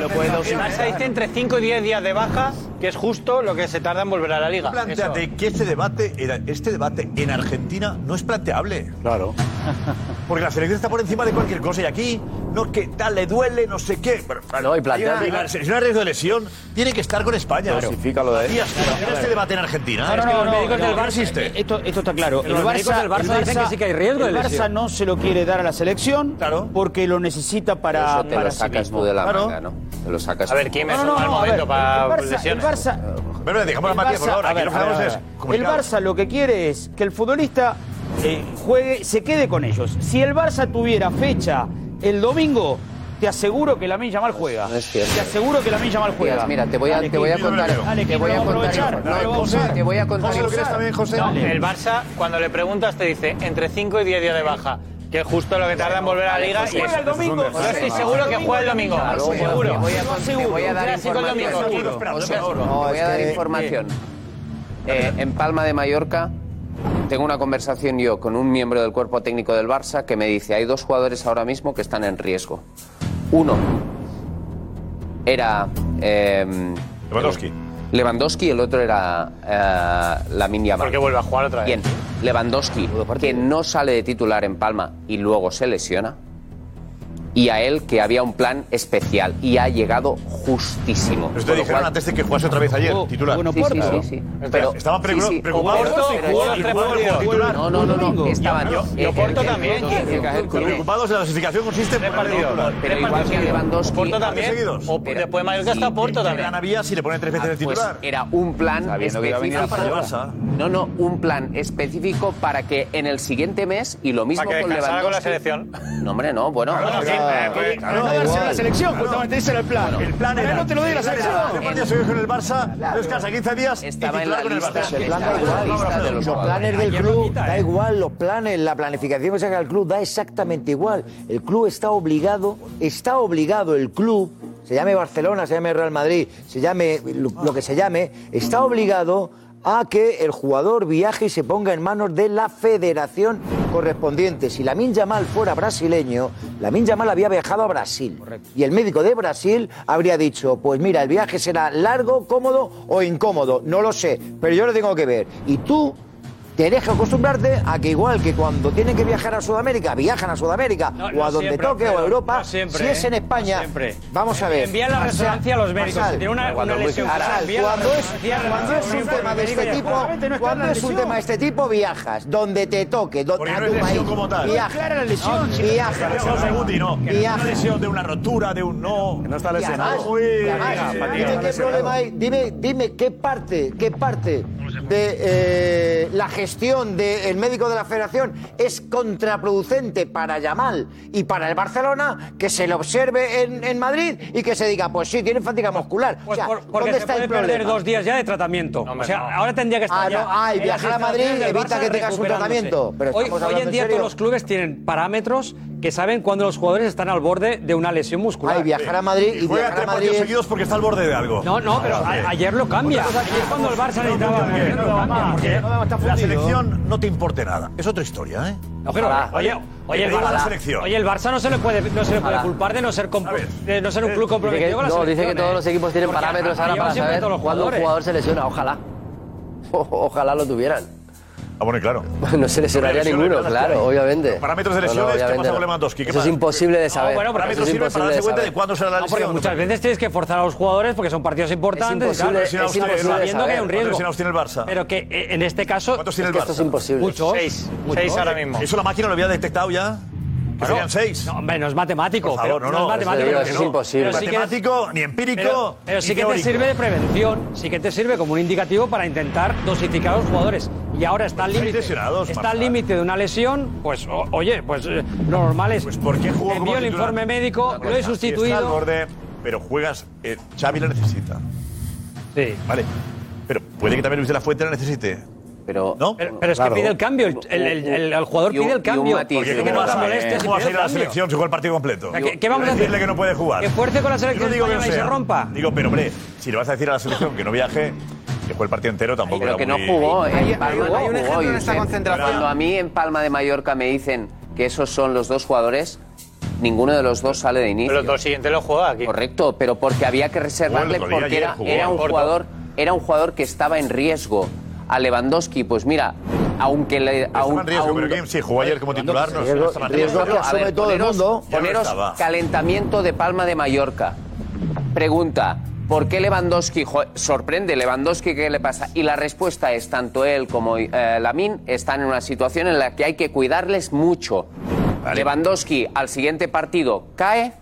[SPEAKER 3] lo puede
[SPEAKER 7] el Barça dice entre 5 y 10 días de baja, que es justo lo que se tarda en volver a la liga.
[SPEAKER 3] Planteate
[SPEAKER 7] Eso.
[SPEAKER 3] que este debate, era- este debate en Argentina no es planteable.
[SPEAKER 12] Claro.
[SPEAKER 3] Porque la selección está por encima de cualquier cosa y aquí, no, que tal, le duele, no sé qué. Pero,
[SPEAKER 11] No, y
[SPEAKER 3] plantea.
[SPEAKER 11] plantea-
[SPEAKER 3] la selección de riesgo de lesión tiene que estar con España.
[SPEAKER 5] Dosifícalo,
[SPEAKER 3] ¿eh? Matías, ¿te imaginas este debate en Argentina?
[SPEAKER 6] No, no, no, no, no,
[SPEAKER 3] Barça
[SPEAKER 6] no, eh, Esto, esto está claro.
[SPEAKER 3] Pero los médicos del Barça dicen que sí que hay riesgo de
[SPEAKER 6] El Barça
[SPEAKER 3] lesión.
[SPEAKER 6] no se lo quiere dar a la selección porque lo necesita para.
[SPEAKER 5] Eso te
[SPEAKER 6] para
[SPEAKER 5] lo
[SPEAKER 6] sí
[SPEAKER 5] sacas
[SPEAKER 6] mismo.
[SPEAKER 5] tú de la
[SPEAKER 6] Claro. Pues
[SPEAKER 5] manga, ¿no? Te lo sacas
[SPEAKER 6] A ver,
[SPEAKER 5] tú.
[SPEAKER 6] ¿quién es No, no, un mal no, a momento ver, para el Barça- lesiones? el Barça-
[SPEAKER 3] Pero dejamos a
[SPEAKER 6] El
[SPEAKER 3] Matías por
[SPEAKER 6] Barça-
[SPEAKER 3] ahora.
[SPEAKER 6] a
[SPEAKER 3] Aquí
[SPEAKER 6] ver,
[SPEAKER 3] lo que
[SPEAKER 6] a ver,
[SPEAKER 3] hacemos
[SPEAKER 6] a
[SPEAKER 3] es
[SPEAKER 6] ver. El
[SPEAKER 3] comunicar.
[SPEAKER 6] Barça lo que quiere es que el futbolista eh, juegue, se quede con ellos. Si el Barça tuviera fecha el domingo, te aseguro que la Yamal juega.
[SPEAKER 5] No es cierto.
[SPEAKER 6] Te aseguro que la Yamal juega.
[SPEAKER 5] Matías, Pues mira, te voy a-
[SPEAKER 6] Dale,
[SPEAKER 5] te voy a
[SPEAKER 6] Kim,
[SPEAKER 5] contar-
[SPEAKER 6] dale,
[SPEAKER 5] te
[SPEAKER 6] Kim,
[SPEAKER 5] voy a
[SPEAKER 6] lo vamos
[SPEAKER 5] contar-
[SPEAKER 6] aprovechar,
[SPEAKER 5] no,
[SPEAKER 6] lo vamos a
[SPEAKER 5] José,
[SPEAKER 6] usar.
[SPEAKER 5] te voy a contar-
[SPEAKER 6] José, ¿lo quieres
[SPEAKER 5] también,
[SPEAKER 3] José?
[SPEAKER 7] No, el Barça, cuando le preguntas, te dice entre 5 y 10 días de baja, que es justo lo que tarda en volver a la liga.
[SPEAKER 5] José,
[SPEAKER 7] y-
[SPEAKER 5] juega el domingo.
[SPEAKER 7] Yo estoy seguro que juega el domingo.
[SPEAKER 5] José,
[SPEAKER 7] Seguro.
[SPEAKER 5] te voy a- te voy a dar
[SPEAKER 7] Clásico el domingo.
[SPEAKER 5] información.
[SPEAKER 7] Kiko.
[SPEAKER 5] Espera,
[SPEAKER 7] José,
[SPEAKER 5] espera, espera. Te voy a dar información. Eh, en Palma de Mallorca tengo una conversación yo con un miembro del cuerpo técnico del Barça que me dice, hay dos jugadores ahora mismo que están en riesgo. Uno era... eh,
[SPEAKER 3] Lewandowski.
[SPEAKER 5] Lewandowski y el otro era la Minia
[SPEAKER 7] Porque vuelve a jugar otra vez.
[SPEAKER 5] Bien, Lewandowski, que no sale de titular en Palma y luego se lesiona. Y a él que había un plan especial y ha llegado justísimo.
[SPEAKER 3] Pero
[SPEAKER 5] Con
[SPEAKER 3] te
[SPEAKER 5] lo
[SPEAKER 3] dijeron
[SPEAKER 5] cual-
[SPEAKER 3] antes de que jugase otra vez ayer, titular.
[SPEAKER 5] Sí, sí, sí, sí. Pero-
[SPEAKER 3] Estaban
[SPEAKER 5] sí, sí.
[SPEAKER 3] preocupados.
[SPEAKER 5] Oporto
[SPEAKER 3] y
[SPEAKER 5] jugó los tres
[SPEAKER 3] jugaron
[SPEAKER 5] partidos.
[SPEAKER 3] titular.
[SPEAKER 5] No, no, no, no, estaban-
[SPEAKER 3] Yo-
[SPEAKER 5] eh,
[SPEAKER 3] yo Oporto
[SPEAKER 5] eh,
[SPEAKER 3] también.
[SPEAKER 5] eh, eh,
[SPEAKER 3] Preocupados de la clasificación consiste en poner titular.
[SPEAKER 5] Pero igual que Lewandowski.
[SPEAKER 3] Oporto también. O después Mallorca está Oporto también. Granavía si le ponen tres veces
[SPEAKER 5] Ah,
[SPEAKER 3] el
[SPEAKER 5] pues
[SPEAKER 3] titular.
[SPEAKER 5] era un plan
[SPEAKER 3] Sabiendo que iba a venir
[SPEAKER 5] específico.
[SPEAKER 3] al Barça.
[SPEAKER 5] No, no, un plan específico para que en el siguiente mes y lo mismo
[SPEAKER 7] Para que
[SPEAKER 5] con
[SPEAKER 7] descansara
[SPEAKER 5] Lewandowski.
[SPEAKER 7] con la selección.
[SPEAKER 5] No, hombre, no, bueno.
[SPEAKER 7] Bueno, sí, eh, pues,
[SPEAKER 5] Claro,
[SPEAKER 7] no
[SPEAKER 5] da
[SPEAKER 7] dársela a
[SPEAKER 5] igual.
[SPEAKER 7] la selección,
[SPEAKER 5] Claro.
[SPEAKER 7] justamente ese era el plan.
[SPEAKER 5] Bueno,
[SPEAKER 7] El plan era-
[SPEAKER 5] no te lo doy la
[SPEAKER 3] Tres
[SPEAKER 5] selección.
[SPEAKER 3] veces partidos se con el Barça, descansa 15 días y
[SPEAKER 5] Estaba en la
[SPEAKER 3] titular con el
[SPEAKER 5] lista,
[SPEAKER 3] Barça.
[SPEAKER 5] estaba en la lista de los
[SPEAKER 14] Los planes del club, da igual, los planes, la planificación que saca el club da exactamente igual. El club está obligado, está obligado el club, se llame Barcelona, se llame Real Madrid, se llame lo, lo que se llame, está obligado a que el jugador viaje y se ponga en manos de la federación correspondiente. Si Lamin Yamal fuera brasileño, Lamin Yamal había viajado a Brasil. Y el médico de Brasil habría dicho, pues mira, el viaje será largo, cómodo o incómodo, no lo sé, pero yo lo tengo que ver. Y tú Tienes que acostumbrarte a que igual que cuando tienen que viajar a Sudamérica, viajan a Sudamérica
[SPEAKER 13] no
[SPEAKER 14] o a donde
[SPEAKER 13] siempre,
[SPEAKER 14] toque o a
[SPEAKER 13] Alfredo,
[SPEAKER 14] Europa.
[SPEAKER 13] no siempre,
[SPEAKER 14] si es en
[SPEAKER 13] ¿eh?
[SPEAKER 14] España,
[SPEAKER 13] No siempre.
[SPEAKER 14] vamos a ver.
[SPEAKER 13] Envía la
[SPEAKER 14] Marsal,
[SPEAKER 13] resonancia a los médicos.
[SPEAKER 14] Marsal,
[SPEAKER 13] Si tiene una-
[SPEAKER 14] cuando
[SPEAKER 13] una lesión,
[SPEAKER 14] Marsal,
[SPEAKER 13] Marsal, envía la
[SPEAKER 14] cuando es,
[SPEAKER 13] resonancia a los
[SPEAKER 14] cuando es un
[SPEAKER 13] médicos.
[SPEAKER 14] tema de este
[SPEAKER 13] Médico,
[SPEAKER 14] tipo,
[SPEAKER 13] ya está.
[SPEAKER 14] cuando es un tema de este tipo, viajas donde te toque, donde a
[SPEAKER 3] no
[SPEAKER 14] tu
[SPEAKER 3] es lesión
[SPEAKER 14] país.
[SPEAKER 3] como tal.
[SPEAKER 14] Viajas.
[SPEAKER 3] No es clara la lesión,
[SPEAKER 14] No,
[SPEAKER 3] chico.
[SPEAKER 14] viajas.
[SPEAKER 3] Pero vamos a Guti, no. Que no es una
[SPEAKER 14] Viajas.
[SPEAKER 3] lesión de una rotura, de un no. Que no está
[SPEAKER 14] Y además, y además, dime qué problema hay, dime, dime qué parte, qué parte de eh, la gestión del médico de la federación es contraproducente para Yamal y para el Barcelona que se le observe en, en Madrid y que se diga, pues sí, tiene fatiga muscular. O sea,
[SPEAKER 13] Pues Porque
[SPEAKER 14] ¿dónde
[SPEAKER 13] se
[SPEAKER 14] está
[SPEAKER 13] puede
[SPEAKER 14] el
[SPEAKER 13] perder
[SPEAKER 14] problema?
[SPEAKER 13] dos días ya de tratamiento. o sea, ahora tendría que estar.
[SPEAKER 14] Ah,
[SPEAKER 13] ya
[SPEAKER 14] no, ah, y
[SPEAKER 13] en
[SPEAKER 14] viajar
[SPEAKER 13] las
[SPEAKER 14] a Madrid
[SPEAKER 13] instalaciones del
[SPEAKER 14] evita
[SPEAKER 13] Barça
[SPEAKER 14] que tengas un
[SPEAKER 13] recuperándose.
[SPEAKER 14] tratamiento, pero
[SPEAKER 13] hoy,
[SPEAKER 14] estamos
[SPEAKER 13] hoy
[SPEAKER 14] hablando
[SPEAKER 13] en
[SPEAKER 14] en
[SPEAKER 13] día
[SPEAKER 14] serio.
[SPEAKER 13] todos los clubes tienen parámetros que saben cuándo los jugadores están al borde de una lesión muscular.
[SPEAKER 14] Ay, viajar a Madrid y
[SPEAKER 13] juega
[SPEAKER 14] viajar a Madrid es-
[SPEAKER 3] porque está al borde de algo.
[SPEAKER 13] No, no, pero a- ayer lo cambia. Ayer cuando el Barça necesitaba. ayer lo cambia.
[SPEAKER 3] La selección no te importe nada. Es otra historia, ¿eh?
[SPEAKER 13] Pero, oye, oye, el
[SPEAKER 3] Digo a la
[SPEAKER 13] Barça-
[SPEAKER 3] selección.
[SPEAKER 13] oye, el Barça no se le puede, no se le puede
[SPEAKER 11] Ojalá.
[SPEAKER 13] culpar de no ser, compro- de no ser un club
[SPEAKER 11] Dice que,
[SPEAKER 13] comprometido con la
[SPEAKER 11] no,
[SPEAKER 13] selección.
[SPEAKER 11] dice que todos
[SPEAKER 13] ¿eh?
[SPEAKER 11] los equipos tienen
[SPEAKER 13] Porque
[SPEAKER 11] parámetros
[SPEAKER 13] ha-
[SPEAKER 11] ahora
[SPEAKER 13] ha llevado
[SPEAKER 11] para
[SPEAKER 13] siempre
[SPEAKER 11] saber
[SPEAKER 13] todos los
[SPEAKER 11] cuándo un
[SPEAKER 13] jugadores.
[SPEAKER 11] jugador se lesiona. Ojalá. Ojalá lo tuvieran.
[SPEAKER 3] Ah, bueno, claro.
[SPEAKER 11] No se lesionaría
[SPEAKER 3] Lesiones,
[SPEAKER 11] ninguno,
[SPEAKER 3] claro,
[SPEAKER 11] claro,
[SPEAKER 3] claro.
[SPEAKER 11] obviamente.
[SPEAKER 3] Parámetros de
[SPEAKER 11] No, no,
[SPEAKER 3] lesiones, ¿qué
[SPEAKER 11] obviamente
[SPEAKER 3] pasa con
[SPEAKER 11] no.
[SPEAKER 3] Lewandowski? ¿Qué
[SPEAKER 11] Eso es
[SPEAKER 3] pasa?
[SPEAKER 11] imposible de
[SPEAKER 3] No,
[SPEAKER 11] saber.
[SPEAKER 3] bueno, pero
[SPEAKER 11] Eso es
[SPEAKER 3] parámetros sirven para
[SPEAKER 11] imposible
[SPEAKER 3] darse cuenta
[SPEAKER 11] saber.
[SPEAKER 3] de cuándo será la
[SPEAKER 13] No, porque
[SPEAKER 3] lesión.
[SPEAKER 13] muchas veces tienes que forzar a los jugadores porque son partidos importantes.
[SPEAKER 11] imposible-
[SPEAKER 13] y tal,
[SPEAKER 11] es imposible
[SPEAKER 13] sabiendo
[SPEAKER 11] saber.
[SPEAKER 13] que hay un riesgo.
[SPEAKER 11] ¿Cuántos lesionados
[SPEAKER 3] tiene el Barça?
[SPEAKER 13] Pero que eh, en este caso.
[SPEAKER 3] ¿Cuántos tiene el Barça?
[SPEAKER 13] Muchos. Seis. Seis ahora mismo.
[SPEAKER 3] Eso la máquina lo había detectado ya. Que serían
[SPEAKER 13] Bueno,
[SPEAKER 3] seis.
[SPEAKER 13] No, hombre, no es matemático.
[SPEAKER 3] Por favor,
[SPEAKER 13] pero-
[SPEAKER 3] no, no,
[SPEAKER 13] es matemático.
[SPEAKER 3] eso
[SPEAKER 13] pero-
[SPEAKER 3] es imposible.
[SPEAKER 13] pero sí que-
[SPEAKER 3] Matemático, ni empírico,
[SPEAKER 13] Pero, pero
[SPEAKER 3] ni
[SPEAKER 13] sí que te
[SPEAKER 3] teórico.
[SPEAKER 13] sirve de prevención, sí que te sirve como un indicativo para intentar dosificar a los jugadores. Y ahora está al límite. Está al límite de una lesión, pues o- oye, pues eh, lo normal es. Pues
[SPEAKER 3] ¿por qué jugó como
[SPEAKER 13] Envío el
[SPEAKER 3] titular?
[SPEAKER 13] informe médico,
[SPEAKER 3] Una
[SPEAKER 13] lo
[SPEAKER 3] cosa,
[SPEAKER 13] he
[SPEAKER 3] si está al
[SPEAKER 13] sustituido.
[SPEAKER 3] borde, pero juegas. eh, Xavi la necesita.
[SPEAKER 13] Sí.
[SPEAKER 3] Vale. Pero puede que también Luis de la Fuente la necesite.
[SPEAKER 5] Pero,
[SPEAKER 3] ¿No?
[SPEAKER 13] Pero, pero es que pide el cambio, el, el- el- el- el jugador
[SPEAKER 3] Y un-
[SPEAKER 13] pide
[SPEAKER 3] y
[SPEAKER 13] el
[SPEAKER 3] un
[SPEAKER 13] cambio.
[SPEAKER 3] matiz,
[SPEAKER 13] Porque
[SPEAKER 3] yo
[SPEAKER 13] ¿Cómo
[SPEAKER 3] creo
[SPEAKER 13] vas a
[SPEAKER 3] que
[SPEAKER 13] molestar
[SPEAKER 3] también.
[SPEAKER 13] si
[SPEAKER 3] ¿Cómo va a
[SPEAKER 13] pide
[SPEAKER 3] salir a
[SPEAKER 13] el
[SPEAKER 3] la
[SPEAKER 13] cambio?
[SPEAKER 3] selección si juega el partido completo?
[SPEAKER 13] O sea, ¿qué- qué vamos a hacer?
[SPEAKER 3] Decirle que no puede jugar.
[SPEAKER 13] Que fuerce con la selección
[SPEAKER 3] Yo no digo que
[SPEAKER 13] española y se
[SPEAKER 3] sea.
[SPEAKER 13] rompa.
[SPEAKER 3] Digo, pero hombre, si le vas a decir a la selección que no viaje, que juegue el partido entero tampoco
[SPEAKER 5] Pero
[SPEAKER 3] era
[SPEAKER 5] que no
[SPEAKER 3] muy-
[SPEAKER 5] jugó. eh. en
[SPEAKER 3] Ahí- ahí
[SPEAKER 5] Palma no
[SPEAKER 3] jugó,
[SPEAKER 5] jugó,
[SPEAKER 3] jugó,
[SPEAKER 5] Josep.
[SPEAKER 3] Josep.
[SPEAKER 5] Cuando a mí en Palma de Mallorca me dicen que esos son los dos jugadores, ninguno de los dos sale de inicio. Pero los dos
[SPEAKER 13] siguientes lo juega aquí.
[SPEAKER 5] Correcto, pero porque había que reservarle
[SPEAKER 15] Jugó el otro día,
[SPEAKER 5] porque
[SPEAKER 15] ayer
[SPEAKER 5] era,
[SPEAKER 15] jugó.
[SPEAKER 5] era un
[SPEAKER 15] Corto.
[SPEAKER 5] jugador, era un jugador que estaba en riesgo. A Lewandowski, pues mira, aunque le. Aún,
[SPEAKER 3] en riesgo,
[SPEAKER 5] aún-
[SPEAKER 3] pero ¿quién? Sí, jugó ayer como titular, no- no estaba-
[SPEAKER 5] Riesgo que
[SPEAKER 3] A ver,
[SPEAKER 5] asume todo el
[SPEAKER 3] poneros-
[SPEAKER 5] mundo.
[SPEAKER 3] Ya no
[SPEAKER 5] Poneros
[SPEAKER 3] estaba.
[SPEAKER 5] calentamiento de Palma de Mallorca. Pregunta, ¿por qué Lewandowski jo- sorprende? Lewandowski, ¿qué le pasa? Y la respuesta es, tanto él como eh, Lamin están en una situación en la que hay que cuidarles mucho. Lewandowski al siguiente partido cae.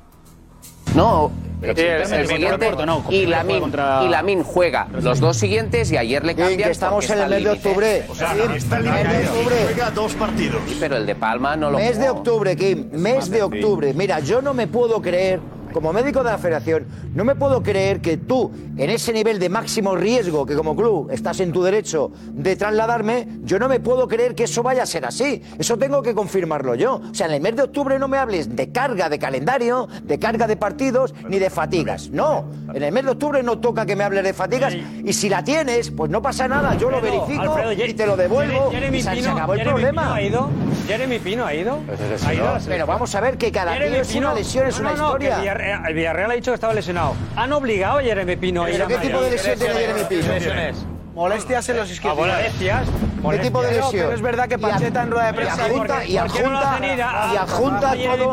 [SPEAKER 5] No,
[SPEAKER 15] Sí, el-
[SPEAKER 5] es el,
[SPEAKER 15] el
[SPEAKER 5] siguiente.
[SPEAKER 15] Porto, no,
[SPEAKER 5] y,
[SPEAKER 15] juega
[SPEAKER 5] Lamin,
[SPEAKER 15] contra-
[SPEAKER 5] y Lamin juega los dos siguientes y ayer le cambian.
[SPEAKER 14] que estamos
[SPEAKER 5] porque
[SPEAKER 14] en el
[SPEAKER 5] está
[SPEAKER 14] mes de
[SPEAKER 5] al límite.
[SPEAKER 14] octubre.
[SPEAKER 5] O sea,
[SPEAKER 14] Sí,
[SPEAKER 5] está al
[SPEAKER 14] mes de
[SPEAKER 5] límite.
[SPEAKER 14] octubre.
[SPEAKER 3] Juega dos partidos.
[SPEAKER 5] Sí, pero el de Palma no lo
[SPEAKER 14] Mes de
[SPEAKER 5] jugó.
[SPEAKER 14] octubre, Kim. Mes de octubre. Mira, yo no me puedo creer, como médico de la federación, no me puedo creer que tú, en ese nivel de máximo riesgo que como club estás en tu derecho de trasladarme, yo no me puedo creer que eso vaya a ser así. Eso tengo que confirmarlo yo. O sea, en el mes de octubre no me hables de carga de calendario, de carga de partidos, ni de fatigas. No, en el mes de octubre no toca que me hables de fatigas. Y si la tienes, pues no pasa nada. Yo lo
[SPEAKER 13] Alfredo,
[SPEAKER 14] verifico
[SPEAKER 13] Alfredo,
[SPEAKER 14] y
[SPEAKER 13] Jer-
[SPEAKER 14] te lo devuelvo.
[SPEAKER 13] Jere- Jeremy
[SPEAKER 14] Y se se
[SPEAKER 13] Pino-
[SPEAKER 14] acabó el
[SPEAKER 13] Jeremy Pino
[SPEAKER 14] problema.
[SPEAKER 13] ha ido. Jeremy Pino ha ido.
[SPEAKER 14] sí,
[SPEAKER 13] Ha ido a
[SPEAKER 14] ¿no?
[SPEAKER 13] la selección.
[SPEAKER 14] Pero vamos a ver que cada
[SPEAKER 13] Jeremy
[SPEAKER 14] tío es
[SPEAKER 13] Pino-
[SPEAKER 14] una lesión, es
[SPEAKER 13] No,
[SPEAKER 14] una
[SPEAKER 13] no, no, que
[SPEAKER 14] historia.
[SPEAKER 13] el Villarreal, el Villarreal ha dicho que estaba lesionado. Han obligado a Jeremy Pino a ir
[SPEAKER 10] ¿Pero
[SPEAKER 13] a
[SPEAKER 10] qué
[SPEAKER 13] Madrid.
[SPEAKER 10] tipo de lesión tiene Jeremy Pino?
[SPEAKER 13] Lesiones.
[SPEAKER 10] Molestias en los
[SPEAKER 13] Ah,
[SPEAKER 10] isquiotibiales.
[SPEAKER 13] molestias.
[SPEAKER 10] ¿Qué tipo de
[SPEAKER 13] Molestias.
[SPEAKER 10] lesión? pero es verdad que Pacheta en rueda de prensa
[SPEAKER 13] adjunta- y adjunta- y adjunta todo-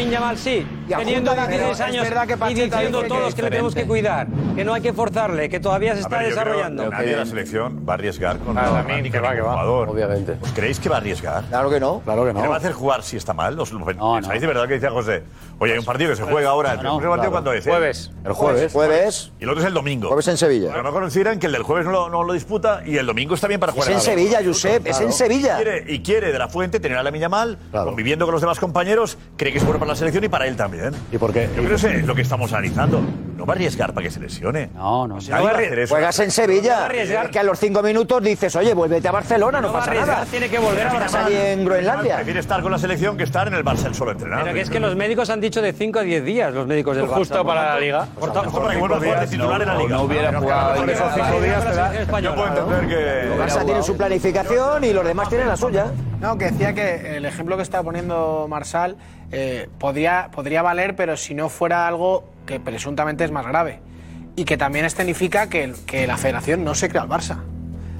[SPEAKER 13] Y Teniendo 16 años y diciendo todos que le tenemos que cuidar, que no hay que forzarle, que todavía se
[SPEAKER 3] A
[SPEAKER 13] está
[SPEAKER 3] ver, yo creo
[SPEAKER 13] desarrollando.
[SPEAKER 3] que nadie de la selección va a arriesgar con
[SPEAKER 13] Ah,
[SPEAKER 3] no,
[SPEAKER 13] Lamin,
[SPEAKER 3] ni
[SPEAKER 13] que
[SPEAKER 3] con
[SPEAKER 13] va,
[SPEAKER 3] ningún
[SPEAKER 13] que va.
[SPEAKER 3] jugador. Obviamente. ¿Os creéis que va a arriesgar?
[SPEAKER 14] Claro que no.
[SPEAKER 12] Claro que
[SPEAKER 3] ¿Le va a hacer jugar si está mal? ¿Os lo pensáis de verdad que decía José? Oye, hay un partido que se
[SPEAKER 12] Pues,
[SPEAKER 3] juega ahora. ¿El
[SPEAKER 12] no, no,
[SPEAKER 3] próximo partido
[SPEAKER 12] claro.
[SPEAKER 3] cuándo es? eh?
[SPEAKER 12] Jueves. El jueves.
[SPEAKER 14] Jueves.
[SPEAKER 3] Y el otro es el domingo.
[SPEAKER 14] Jueves en Sevilla.
[SPEAKER 3] Pero no coincidan que el del jueves no lo, no lo disputa y el domingo está bien para
[SPEAKER 14] Es
[SPEAKER 3] jugar.
[SPEAKER 14] en
[SPEAKER 3] la vez.
[SPEAKER 14] Sevilla, Josep, es en Sevilla.
[SPEAKER 3] Y quiere, y quiere de la fuente tener a la Miñamal, conviviendo con los demás compañeros, cree que es bueno para la selección y para él también.
[SPEAKER 12] ¿Y por qué?
[SPEAKER 3] Yo creo que es lo que estamos analizando. No va a arriesgar para que se lesione. No, no.
[SPEAKER 14] No va a arriesgar. Juegas en Sevilla, es que a los cinco minutos dices, oye, vuélvete a Barcelona, no,
[SPEAKER 3] No va a
[SPEAKER 14] pasa
[SPEAKER 3] arriesgar,
[SPEAKER 14] nada.
[SPEAKER 3] tiene que volver a
[SPEAKER 14] Estás allí en Groenlandia.
[SPEAKER 3] Prefiere estar con la selección que estar en el Barça el solo entrenador.
[SPEAKER 13] Pero que es que los médicos han dicho de 5 a 10 días, los médicos del
[SPEAKER 3] Justo
[SPEAKER 13] Barça, ¿no?
[SPEAKER 3] para la Liga.
[SPEAKER 13] Por
[SPEAKER 3] Justo para que vuelva a jugar de titular en la Liga. Pero que a lo mejor esos cinco días te da- Yo puedo entender que...
[SPEAKER 14] El Barça tiene su planificación y los demás tienen la suya.
[SPEAKER 10] No, que decía que el ejemplo que estaba poniendo Marsal eh, podría, podría valer, pero si no fuera algo que presuntamente es más grave. Y que también escenifica que, el- que la federación no se crea al Barça.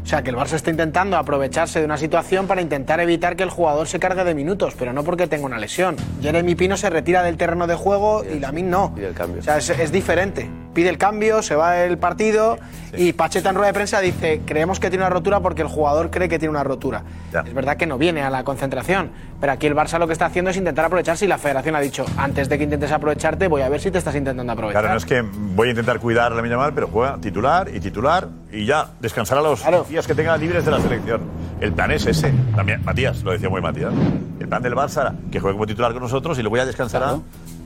[SPEAKER 10] O sea, que el Barça está intentando aprovecharse de una situación para intentar evitar que el jugador se cargue de minutos, pero no porque tenga una lesión. Jeremy Pino se retira del terreno de juego y Lamin no. O sea, es, es diferente. Pide el cambio, se va el partido y Pacheta en rueda de prensa dice, creemos que tiene una rotura porque el jugador cree que tiene una rotura. Es verdad que no viene a la concentración, pero aquí el Barça lo que está haciendo es intentar aprovecharse y la federación ha dicho, antes de que intentes aprovecharte, voy a ver si te estás intentando aprovechar.
[SPEAKER 3] Claro, no es que voy a intentar cuidar la mal, pero juega titular y titular y ya descansará los días que tenga libres de la selección. El plan es ese. También Matías, lo decía muy Matías. El plan del Barça era que juegue como titular con nosotros y luego ya descansará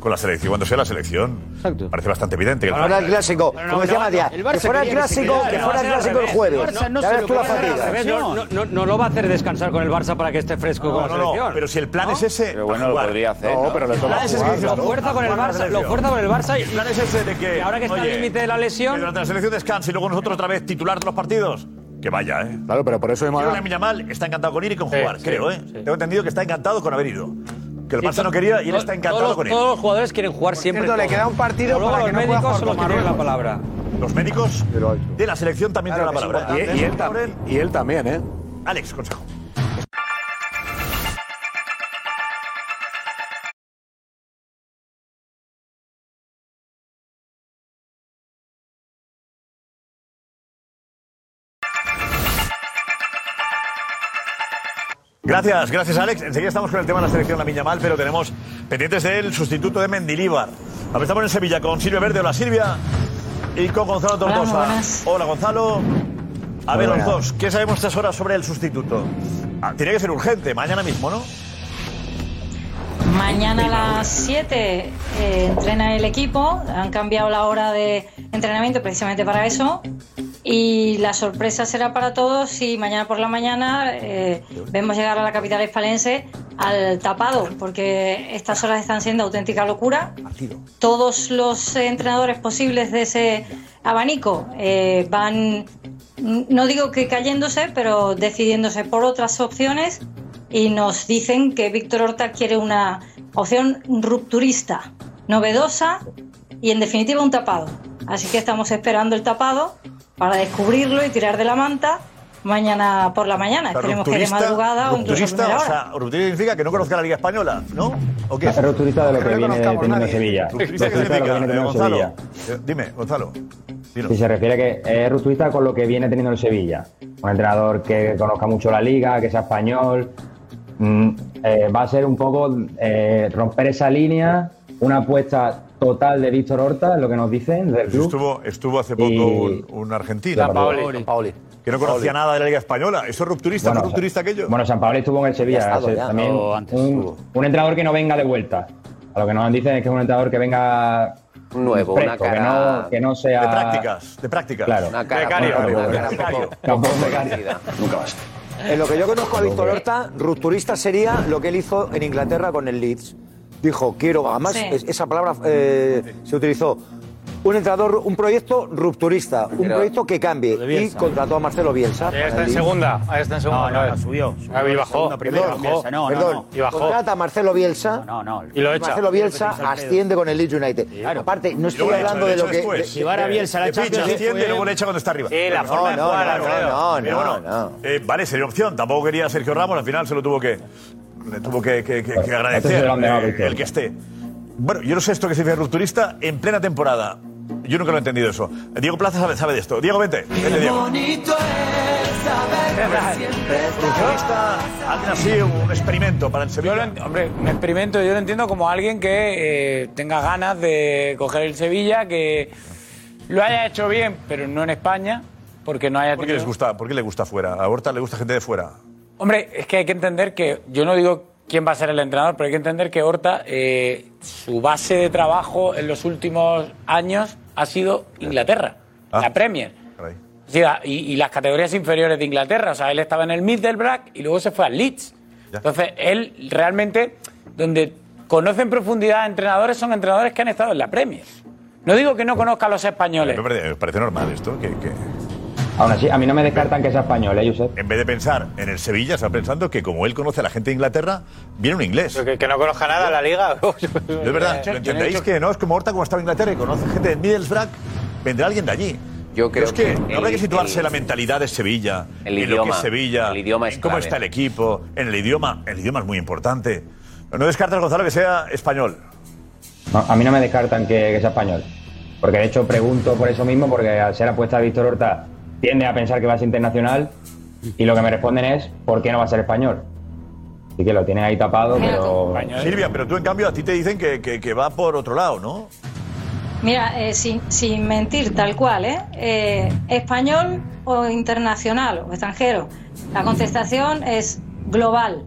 [SPEAKER 3] con la selección cuando sea la selección. Parece bastante evidente. que el
[SPEAKER 14] Ahora
[SPEAKER 3] plan-
[SPEAKER 14] el clásico, como decía Matías,
[SPEAKER 13] el
[SPEAKER 14] que
[SPEAKER 13] Barça
[SPEAKER 14] fuera el
[SPEAKER 13] quería que se
[SPEAKER 14] clásico,
[SPEAKER 13] quedara.
[SPEAKER 14] que
[SPEAKER 13] No,
[SPEAKER 14] fuera
[SPEAKER 13] va
[SPEAKER 14] el
[SPEAKER 13] a ser al
[SPEAKER 14] clásico el
[SPEAKER 13] revés.
[SPEAKER 14] jueves.
[SPEAKER 13] El Barça no
[SPEAKER 14] Ya
[SPEAKER 13] se
[SPEAKER 14] ves
[SPEAKER 13] lo
[SPEAKER 14] tú la
[SPEAKER 13] puede hacer al revés.
[SPEAKER 14] fatiga.
[SPEAKER 13] No, no, no- no lo va a hacer descansar con el Barça para que esté fresco con la
[SPEAKER 3] No, no,
[SPEAKER 13] selección.
[SPEAKER 3] pero si el plan es ese.
[SPEAKER 13] Pero
[SPEAKER 3] va
[SPEAKER 13] bueno,
[SPEAKER 3] a
[SPEAKER 13] lo
[SPEAKER 3] jugar.
[SPEAKER 13] podría hacer, ¿no?
[SPEAKER 3] pero le toca
[SPEAKER 13] Ah, ese es
[SPEAKER 3] jugar,
[SPEAKER 13] que dices
[SPEAKER 3] ¿no?
[SPEAKER 13] tú. Lo fuerza con el
[SPEAKER 3] Jugar la
[SPEAKER 13] Barça, lo
[SPEAKER 3] selección.
[SPEAKER 13] fuerza con el Barça y-
[SPEAKER 3] el plan es ese de que.
[SPEAKER 13] Y ahora que está al
[SPEAKER 3] oye,
[SPEAKER 13] límite de la lesión-
[SPEAKER 3] que Durante la selección descansa y luego nosotros otra vez titular de los partidos. Que vaya, ¿eh?
[SPEAKER 12] Claro, pero por eso hemos.
[SPEAKER 3] Creo que Yamal está encantado con ir y con jugar,
[SPEAKER 12] sí,
[SPEAKER 3] creo, ¿eh? Tengo entendido que está encantado con haber ido. Que el Barça no quería y él
[SPEAKER 13] To-
[SPEAKER 3] está encantado
[SPEAKER 13] todos,
[SPEAKER 3] con él.
[SPEAKER 13] Todos los jugadores quieren jugar siempre.
[SPEAKER 3] cierto, le
[SPEAKER 13] todo.
[SPEAKER 3] queda un partido
[SPEAKER 13] Pero luego
[SPEAKER 3] para que
[SPEAKER 13] los
[SPEAKER 3] no pueda
[SPEAKER 13] médicos
[SPEAKER 3] jugar
[SPEAKER 13] son los
[SPEAKER 3] con
[SPEAKER 13] que tienen la
[SPEAKER 3] Marruecos.
[SPEAKER 13] palabra.
[SPEAKER 3] Los médicos de la selección también
[SPEAKER 12] Claro,
[SPEAKER 3] tienen
[SPEAKER 12] que
[SPEAKER 3] la
[SPEAKER 12] es
[SPEAKER 3] palabra.
[SPEAKER 12] importante. Y- y él tam-
[SPEAKER 3] Lauren,
[SPEAKER 12] Y él también, ¿eh?
[SPEAKER 3] Alex, consejo. Gracias, gracias Alex. Enseguida estamos con el tema de la selección La Miñamal, pero tenemos pendientes del sustituto de Mendilíbar. Ahora estamos en Sevilla con Silvia Verde, hola Silvia, y con Gonzalo Tortosa. hola Gonzalo. A ver, los
[SPEAKER 15] Hola.
[SPEAKER 3] dos, ¿qué sabemos estas horas sobre el sustituto? Ah, tiene que ser urgente, mañana mismo, ¿no?
[SPEAKER 16] Ah, Mañana a las 7 eh, entrena el equipo, han cambiado la hora de entrenamiento precisamente para eso y la sorpresa será para todos si mañana por la mañana eh, vemos llegar a la capital hispalense al tapado, porque estas horas están siendo auténtica locura. Todos los entrenadores posibles de ese abanico eh, van, no digo que cayéndose, pero decidiéndose por otras opciones y nos dicen que Víctor Horta quiere una opción rupturista, novedosa y en definitiva un tapado. Así que estamos esperando el tapado para descubrirlo y tirar de la manta mañana por la mañana.
[SPEAKER 3] O sea,
[SPEAKER 16] Esperemos que de
[SPEAKER 3] rupturista-
[SPEAKER 16] madrugada o incluso a
[SPEAKER 3] rupturista, o
[SPEAKER 16] primera hora.
[SPEAKER 3] sea, rupturista significa que no conozca la Liga Española, ¿no? ¿O qué?
[SPEAKER 15] Rupturista de lo que viene
[SPEAKER 3] conozcamos
[SPEAKER 15] teniendo
[SPEAKER 3] nadie.
[SPEAKER 15] Sevilla.
[SPEAKER 3] ¿Rupturista qué
[SPEAKER 15] Rupturista de lo que
[SPEAKER 3] significa,
[SPEAKER 15] viene
[SPEAKER 3] eh,
[SPEAKER 15] teniendo
[SPEAKER 3] Gonzalo?
[SPEAKER 15] Sevilla.
[SPEAKER 3] Eh, Dime, Gonzalo.
[SPEAKER 15] Si se refiere que es rupturista con lo que viene teniendo el Sevilla. Un entrenador que conozca mucho la liga, que sea español. Mm, eh, va a ser un poco eh, romper esa línea, una apuesta total de Víctor Horta, es lo que nos dicen del club.
[SPEAKER 3] Estuvo, estuvo hace poco
[SPEAKER 15] Y-
[SPEAKER 3] un, un argentino.
[SPEAKER 15] San Paoli. San
[SPEAKER 3] Que no
[SPEAKER 15] Paoli.
[SPEAKER 3] conocía nada de la Liga Española. ¿Eso es rupturista?
[SPEAKER 15] Bueno,
[SPEAKER 3] ¿Fue rupturista aquello?
[SPEAKER 15] Bueno, San Pablo estuvo en el Sevilla.
[SPEAKER 3] Ya ha estado
[SPEAKER 15] o sea,
[SPEAKER 3] ya,
[SPEAKER 15] también
[SPEAKER 3] o antes
[SPEAKER 15] un, un entrenador que no venga de vuelta. A lo que nos dicen es que es un entrenador que venga
[SPEAKER 5] Nuevo, una
[SPEAKER 15] fresco,
[SPEAKER 5] cara-
[SPEAKER 15] que, no, que no sea...
[SPEAKER 5] De prácticas,
[SPEAKER 3] de prácticas.
[SPEAKER 15] Claro.
[SPEAKER 5] Una cara Becario, poco- una cara becario. poco-
[SPEAKER 15] Tampoco
[SPEAKER 5] poco
[SPEAKER 15] becario. Nunca más.
[SPEAKER 14] En lo que yo conozco a Víctor Horta, rupturista sería lo que él hizo en Inglaterra con el Leeds. Dijo, quiero, además,
[SPEAKER 16] Sí.
[SPEAKER 14] es- esa palabra eh, se utilizó. Un entrenador, un proyecto rupturista, un
[SPEAKER 7] Pero-
[SPEAKER 14] proyecto que cambie. Y
[SPEAKER 7] Bielsa.
[SPEAKER 14] contrató a Marcelo Bielsa.
[SPEAKER 7] Ahí
[SPEAKER 14] para
[SPEAKER 7] Este está
[SPEAKER 14] el
[SPEAKER 7] en
[SPEAKER 14] Leeds.
[SPEAKER 7] segunda, ahí está en segunda.
[SPEAKER 14] No, no,
[SPEAKER 7] no, subió.
[SPEAKER 14] Segunda,
[SPEAKER 7] bajó.
[SPEAKER 14] primera,
[SPEAKER 7] bajó,
[SPEAKER 14] Bielsa, no, no,
[SPEAKER 7] perdón,
[SPEAKER 14] no.
[SPEAKER 7] Y bajó.
[SPEAKER 14] Contrata a Marcelo Bielsa.
[SPEAKER 7] Y lo echa.
[SPEAKER 14] Marcelo Bielsa asciende con el Leeds United. Aparte, no estoy hablando de lo que. de- de-
[SPEAKER 3] la
[SPEAKER 14] de
[SPEAKER 3] Champions.
[SPEAKER 14] ficha,
[SPEAKER 3] Asciende y luego le echa cuando está arriba.
[SPEAKER 14] Sí, la forma de jugar,
[SPEAKER 3] no,
[SPEAKER 14] la verdad.
[SPEAKER 3] no,
[SPEAKER 14] No,
[SPEAKER 3] Pero
[SPEAKER 14] no,
[SPEAKER 3] bueno, eh, vale, sería opción. Tampoco quería Sergio Ramos, al final se lo tuvo que, le tuvo que, que- que- que
[SPEAKER 15] entonces
[SPEAKER 3] agradecer
[SPEAKER 15] era donde va
[SPEAKER 3] eh,
[SPEAKER 15] Víctor.
[SPEAKER 3] el que esté. Bueno, yo no sé esto que se dice rupturista en plena temporada. Yo nunca lo he entendido eso. Diego Plaza sabe, sabe de esto. Diego, vente. Vente, Diego.
[SPEAKER 17] bonito es saber que siempre
[SPEAKER 3] Rupturista, alguien así, un experimento para el Sevilla.
[SPEAKER 18] Hombre, un experimento, yo lo entiendo como alguien que eh, tenga ganas de coger el Sevilla, que lo haya hecho bien, pero no en España, porque no haya
[SPEAKER 3] ¿Por qué les gusta, por qué le gusta fuera? A Horta le gusta gente de fuera.
[SPEAKER 18] Hombre, es que hay que entender que, yo no digo quién va a ser el entrenador, pero hay que entender que Horta, eh, su base de trabajo en los últimos años ha sido Inglaterra,
[SPEAKER 3] Ah.
[SPEAKER 18] la Premier. O sea, y, y las categorías inferiores de Inglaterra. O sea, él estaba en el Middlesbrough y luego se fue al Leeds. Entonces, él realmente, donde conoce en profundidad a entrenadores, son entrenadores que han estado en la Premier. No digo que no conozca a los españoles.
[SPEAKER 3] Me parece, me parece normal esto. Que, que-
[SPEAKER 15] Aún así, a mí no me descartan que sea español, ¿eh, Josep?
[SPEAKER 3] En vez de pensar en el Sevilla, está pensando que como él conoce a la gente de Inglaterra, viene un inglés.
[SPEAKER 7] Que, que no conozca nada la liga.
[SPEAKER 3] Es verdad, ¿lo entendéis? Que no, es como Horta, como estaba en Inglaterra y conoce gente de Middlesbrough, vendrá alguien de allí.
[SPEAKER 5] Yo creo
[SPEAKER 3] es que,
[SPEAKER 5] que
[SPEAKER 3] no habrá
[SPEAKER 5] el-
[SPEAKER 3] que situarse
[SPEAKER 5] el-
[SPEAKER 3] en la mentalidad de Sevilla,
[SPEAKER 5] El
[SPEAKER 3] en lo que
[SPEAKER 5] idioma,
[SPEAKER 3] es Sevilla,
[SPEAKER 5] el idioma es
[SPEAKER 3] en cómo
[SPEAKER 5] clave.
[SPEAKER 3] está el equipo, en el idioma. El idioma es muy importante. No descartas, Gonzalo, que sea español.
[SPEAKER 15] No, a mí no me descartan que, que sea español. Porque de hecho pregunto por eso mismo, porque al ser apuesta de Víctor Horta, tiende a pensar que va a ser internacional y lo que me responden es, ¿por qué no va a ser español? Así que lo tienen ahí tapado, pero...
[SPEAKER 3] Silvia, pero tú en cambio a ti te dicen que, que- que va por otro lado, ¿no?
[SPEAKER 16] Mira, eh, sin, sin mentir, tal cual, ¿eh? Eh, Español o internacional o extranjero. La contestación es global.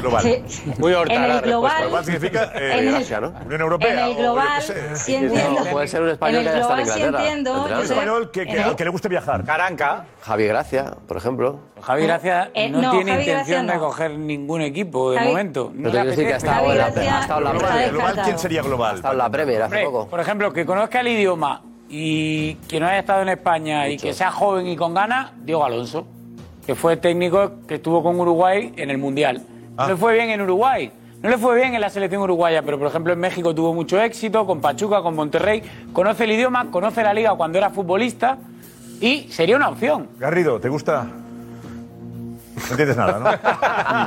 [SPEAKER 3] Global.
[SPEAKER 16] Sí. Muy horta En el la respuesta. global-
[SPEAKER 3] Global significa eh,
[SPEAKER 16] en el-
[SPEAKER 3] Asia, ¿no? Unión Europea.
[SPEAKER 16] en el
[SPEAKER 3] o yo qué
[SPEAKER 16] global
[SPEAKER 3] sé.
[SPEAKER 16] sí entiendo.
[SPEAKER 11] puede ser un
[SPEAKER 16] español En el que haya estado en global sí Inglaterra. entiendo, ¿eh?
[SPEAKER 3] Un
[SPEAKER 11] Josep.
[SPEAKER 3] español que, que-
[SPEAKER 11] En el-
[SPEAKER 3] al que le guste viajar.
[SPEAKER 7] Caranca.
[SPEAKER 11] Javi Gracia, por ejemplo.
[SPEAKER 18] Javi Gracia
[SPEAKER 16] Eh,
[SPEAKER 18] no,
[SPEAKER 16] no,
[SPEAKER 18] tiene
[SPEAKER 16] Javi Gracia
[SPEAKER 18] intención de
[SPEAKER 16] no.
[SPEAKER 18] coger ningún equipo de
[SPEAKER 16] Javi-
[SPEAKER 18] momento.
[SPEAKER 11] Pero te quiero decir que ha estado en la- ha estado en la Global- Premier. global, ¿quién
[SPEAKER 3] sería global? Ha
[SPEAKER 11] estado en la Premier hace poco.
[SPEAKER 18] Por ejemplo, que conozca el idioma y que no haya estado en España y que sea joven y con ganas, Diego Alonso, que fue técnico que estuvo con Uruguay en el Mundial. No le fue bien en Uruguay. No le fue bien en la selección uruguaya, pero por ejemplo en México tuvo mucho éxito, con Pachuca, con Monterrey. Conoce el idioma, conoce la liga cuando era futbolista y sería una opción.
[SPEAKER 3] Garrido, ¿te gusta? No entiendes nada, ¿no?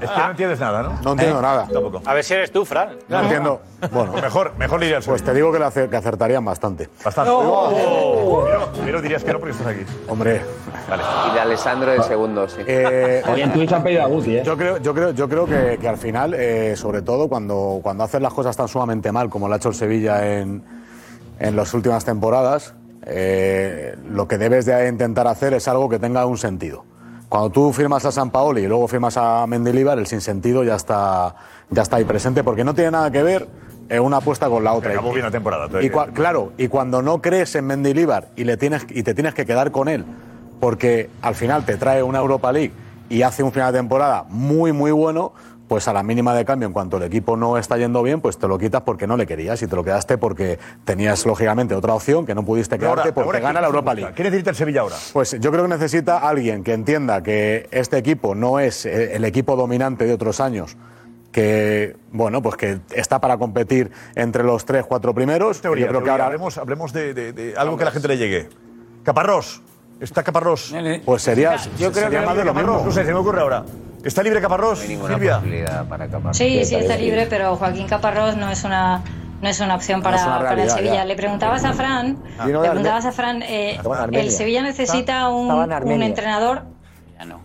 [SPEAKER 3] es que no entiendes nada, ¿no?
[SPEAKER 12] No entiendo nada.
[SPEAKER 3] Tampoco.
[SPEAKER 7] A ver si eres tú, Fran.
[SPEAKER 12] No entiendo. Bueno,
[SPEAKER 3] mejor, mejor le
[SPEAKER 12] Pues te digo que, la ace- que acertarían bastante.
[SPEAKER 3] Bastante.
[SPEAKER 12] ¡Oh!
[SPEAKER 3] Pero, pero dirías que no porque estás aquí.
[SPEAKER 12] Hombre.
[SPEAKER 5] Y de Alessandro de segundo, sí.
[SPEAKER 12] Eh,
[SPEAKER 15] Hoy en Twitch han pedido a Guti, ¿eh?
[SPEAKER 12] Yo creo, yo creo, yo creo que, que al final, eh, sobre todo cuando, cuando haces las cosas tan sumamente mal como lo ha hecho el Sevilla en, en las últimas temporadas, eh, lo que debes de intentar hacer es algo que tenga un sentido. Cuando tú firmas a San Paoli y luego firmas a Mendilibar, el sinsentido ya está, ya está ahí presente porque no tiene nada que ver eh, una apuesta con la otra.
[SPEAKER 3] Acabó
[SPEAKER 12] Y-
[SPEAKER 3] bien la temporada.
[SPEAKER 12] y cua- claro, y cuando no crees en Mendilibar y, le tienes, y te tienes que quedar con él, porque al final te trae una Europa League y hace un final de temporada muy, muy bueno, pues a la mínima de cambio, en cuanto el equipo no está yendo bien, pues te lo quitas porque no le querías y te lo quedaste porque tenías, lógicamente, otra opción que no pudiste
[SPEAKER 3] Pero ahora-
[SPEAKER 12] quedarte porque
[SPEAKER 3] ahora,
[SPEAKER 12] gana
[SPEAKER 3] ¿qué-
[SPEAKER 12] la
[SPEAKER 3] qué
[SPEAKER 12] Europa
[SPEAKER 3] busca?
[SPEAKER 12] League.
[SPEAKER 3] ¿Qué necesita el Sevilla ahora?
[SPEAKER 12] Pues yo creo que necesita alguien que entienda que este equipo no es eh, el equipo dominante de otros años, que bueno, pues que está para competir entre los tres, cuatro primeros.
[SPEAKER 3] Teoría,
[SPEAKER 12] yo creo
[SPEAKER 3] teoría.
[SPEAKER 12] que ahora
[SPEAKER 3] hablemos, hablemos de, de- de algo que a la gente le llegue. Caparrós. Está Caparrós.
[SPEAKER 12] Pues sería- Yo creo sería que más de lo
[SPEAKER 3] Caparrós,
[SPEAKER 12] mismo.
[SPEAKER 3] No sé, se me ocurre ahora. ¿Está libre Caparrós, Silvia?
[SPEAKER 16] Sí, sí está libre, pero Joaquín Caparrós no es una no es una opción para,
[SPEAKER 3] es una
[SPEAKER 16] para
[SPEAKER 3] realidad,
[SPEAKER 16] el Sevilla.
[SPEAKER 3] ya.
[SPEAKER 16] Le preguntabas a Fran,
[SPEAKER 3] Ah.
[SPEAKER 16] le
[SPEAKER 3] Vino de Arme-
[SPEAKER 16] preguntabas a Fran, eh,
[SPEAKER 14] Estaba en Armenia.
[SPEAKER 16] el Sevilla necesita un,
[SPEAKER 14] estaba en
[SPEAKER 16] un
[SPEAKER 14] Armenia.
[SPEAKER 16] entrenador.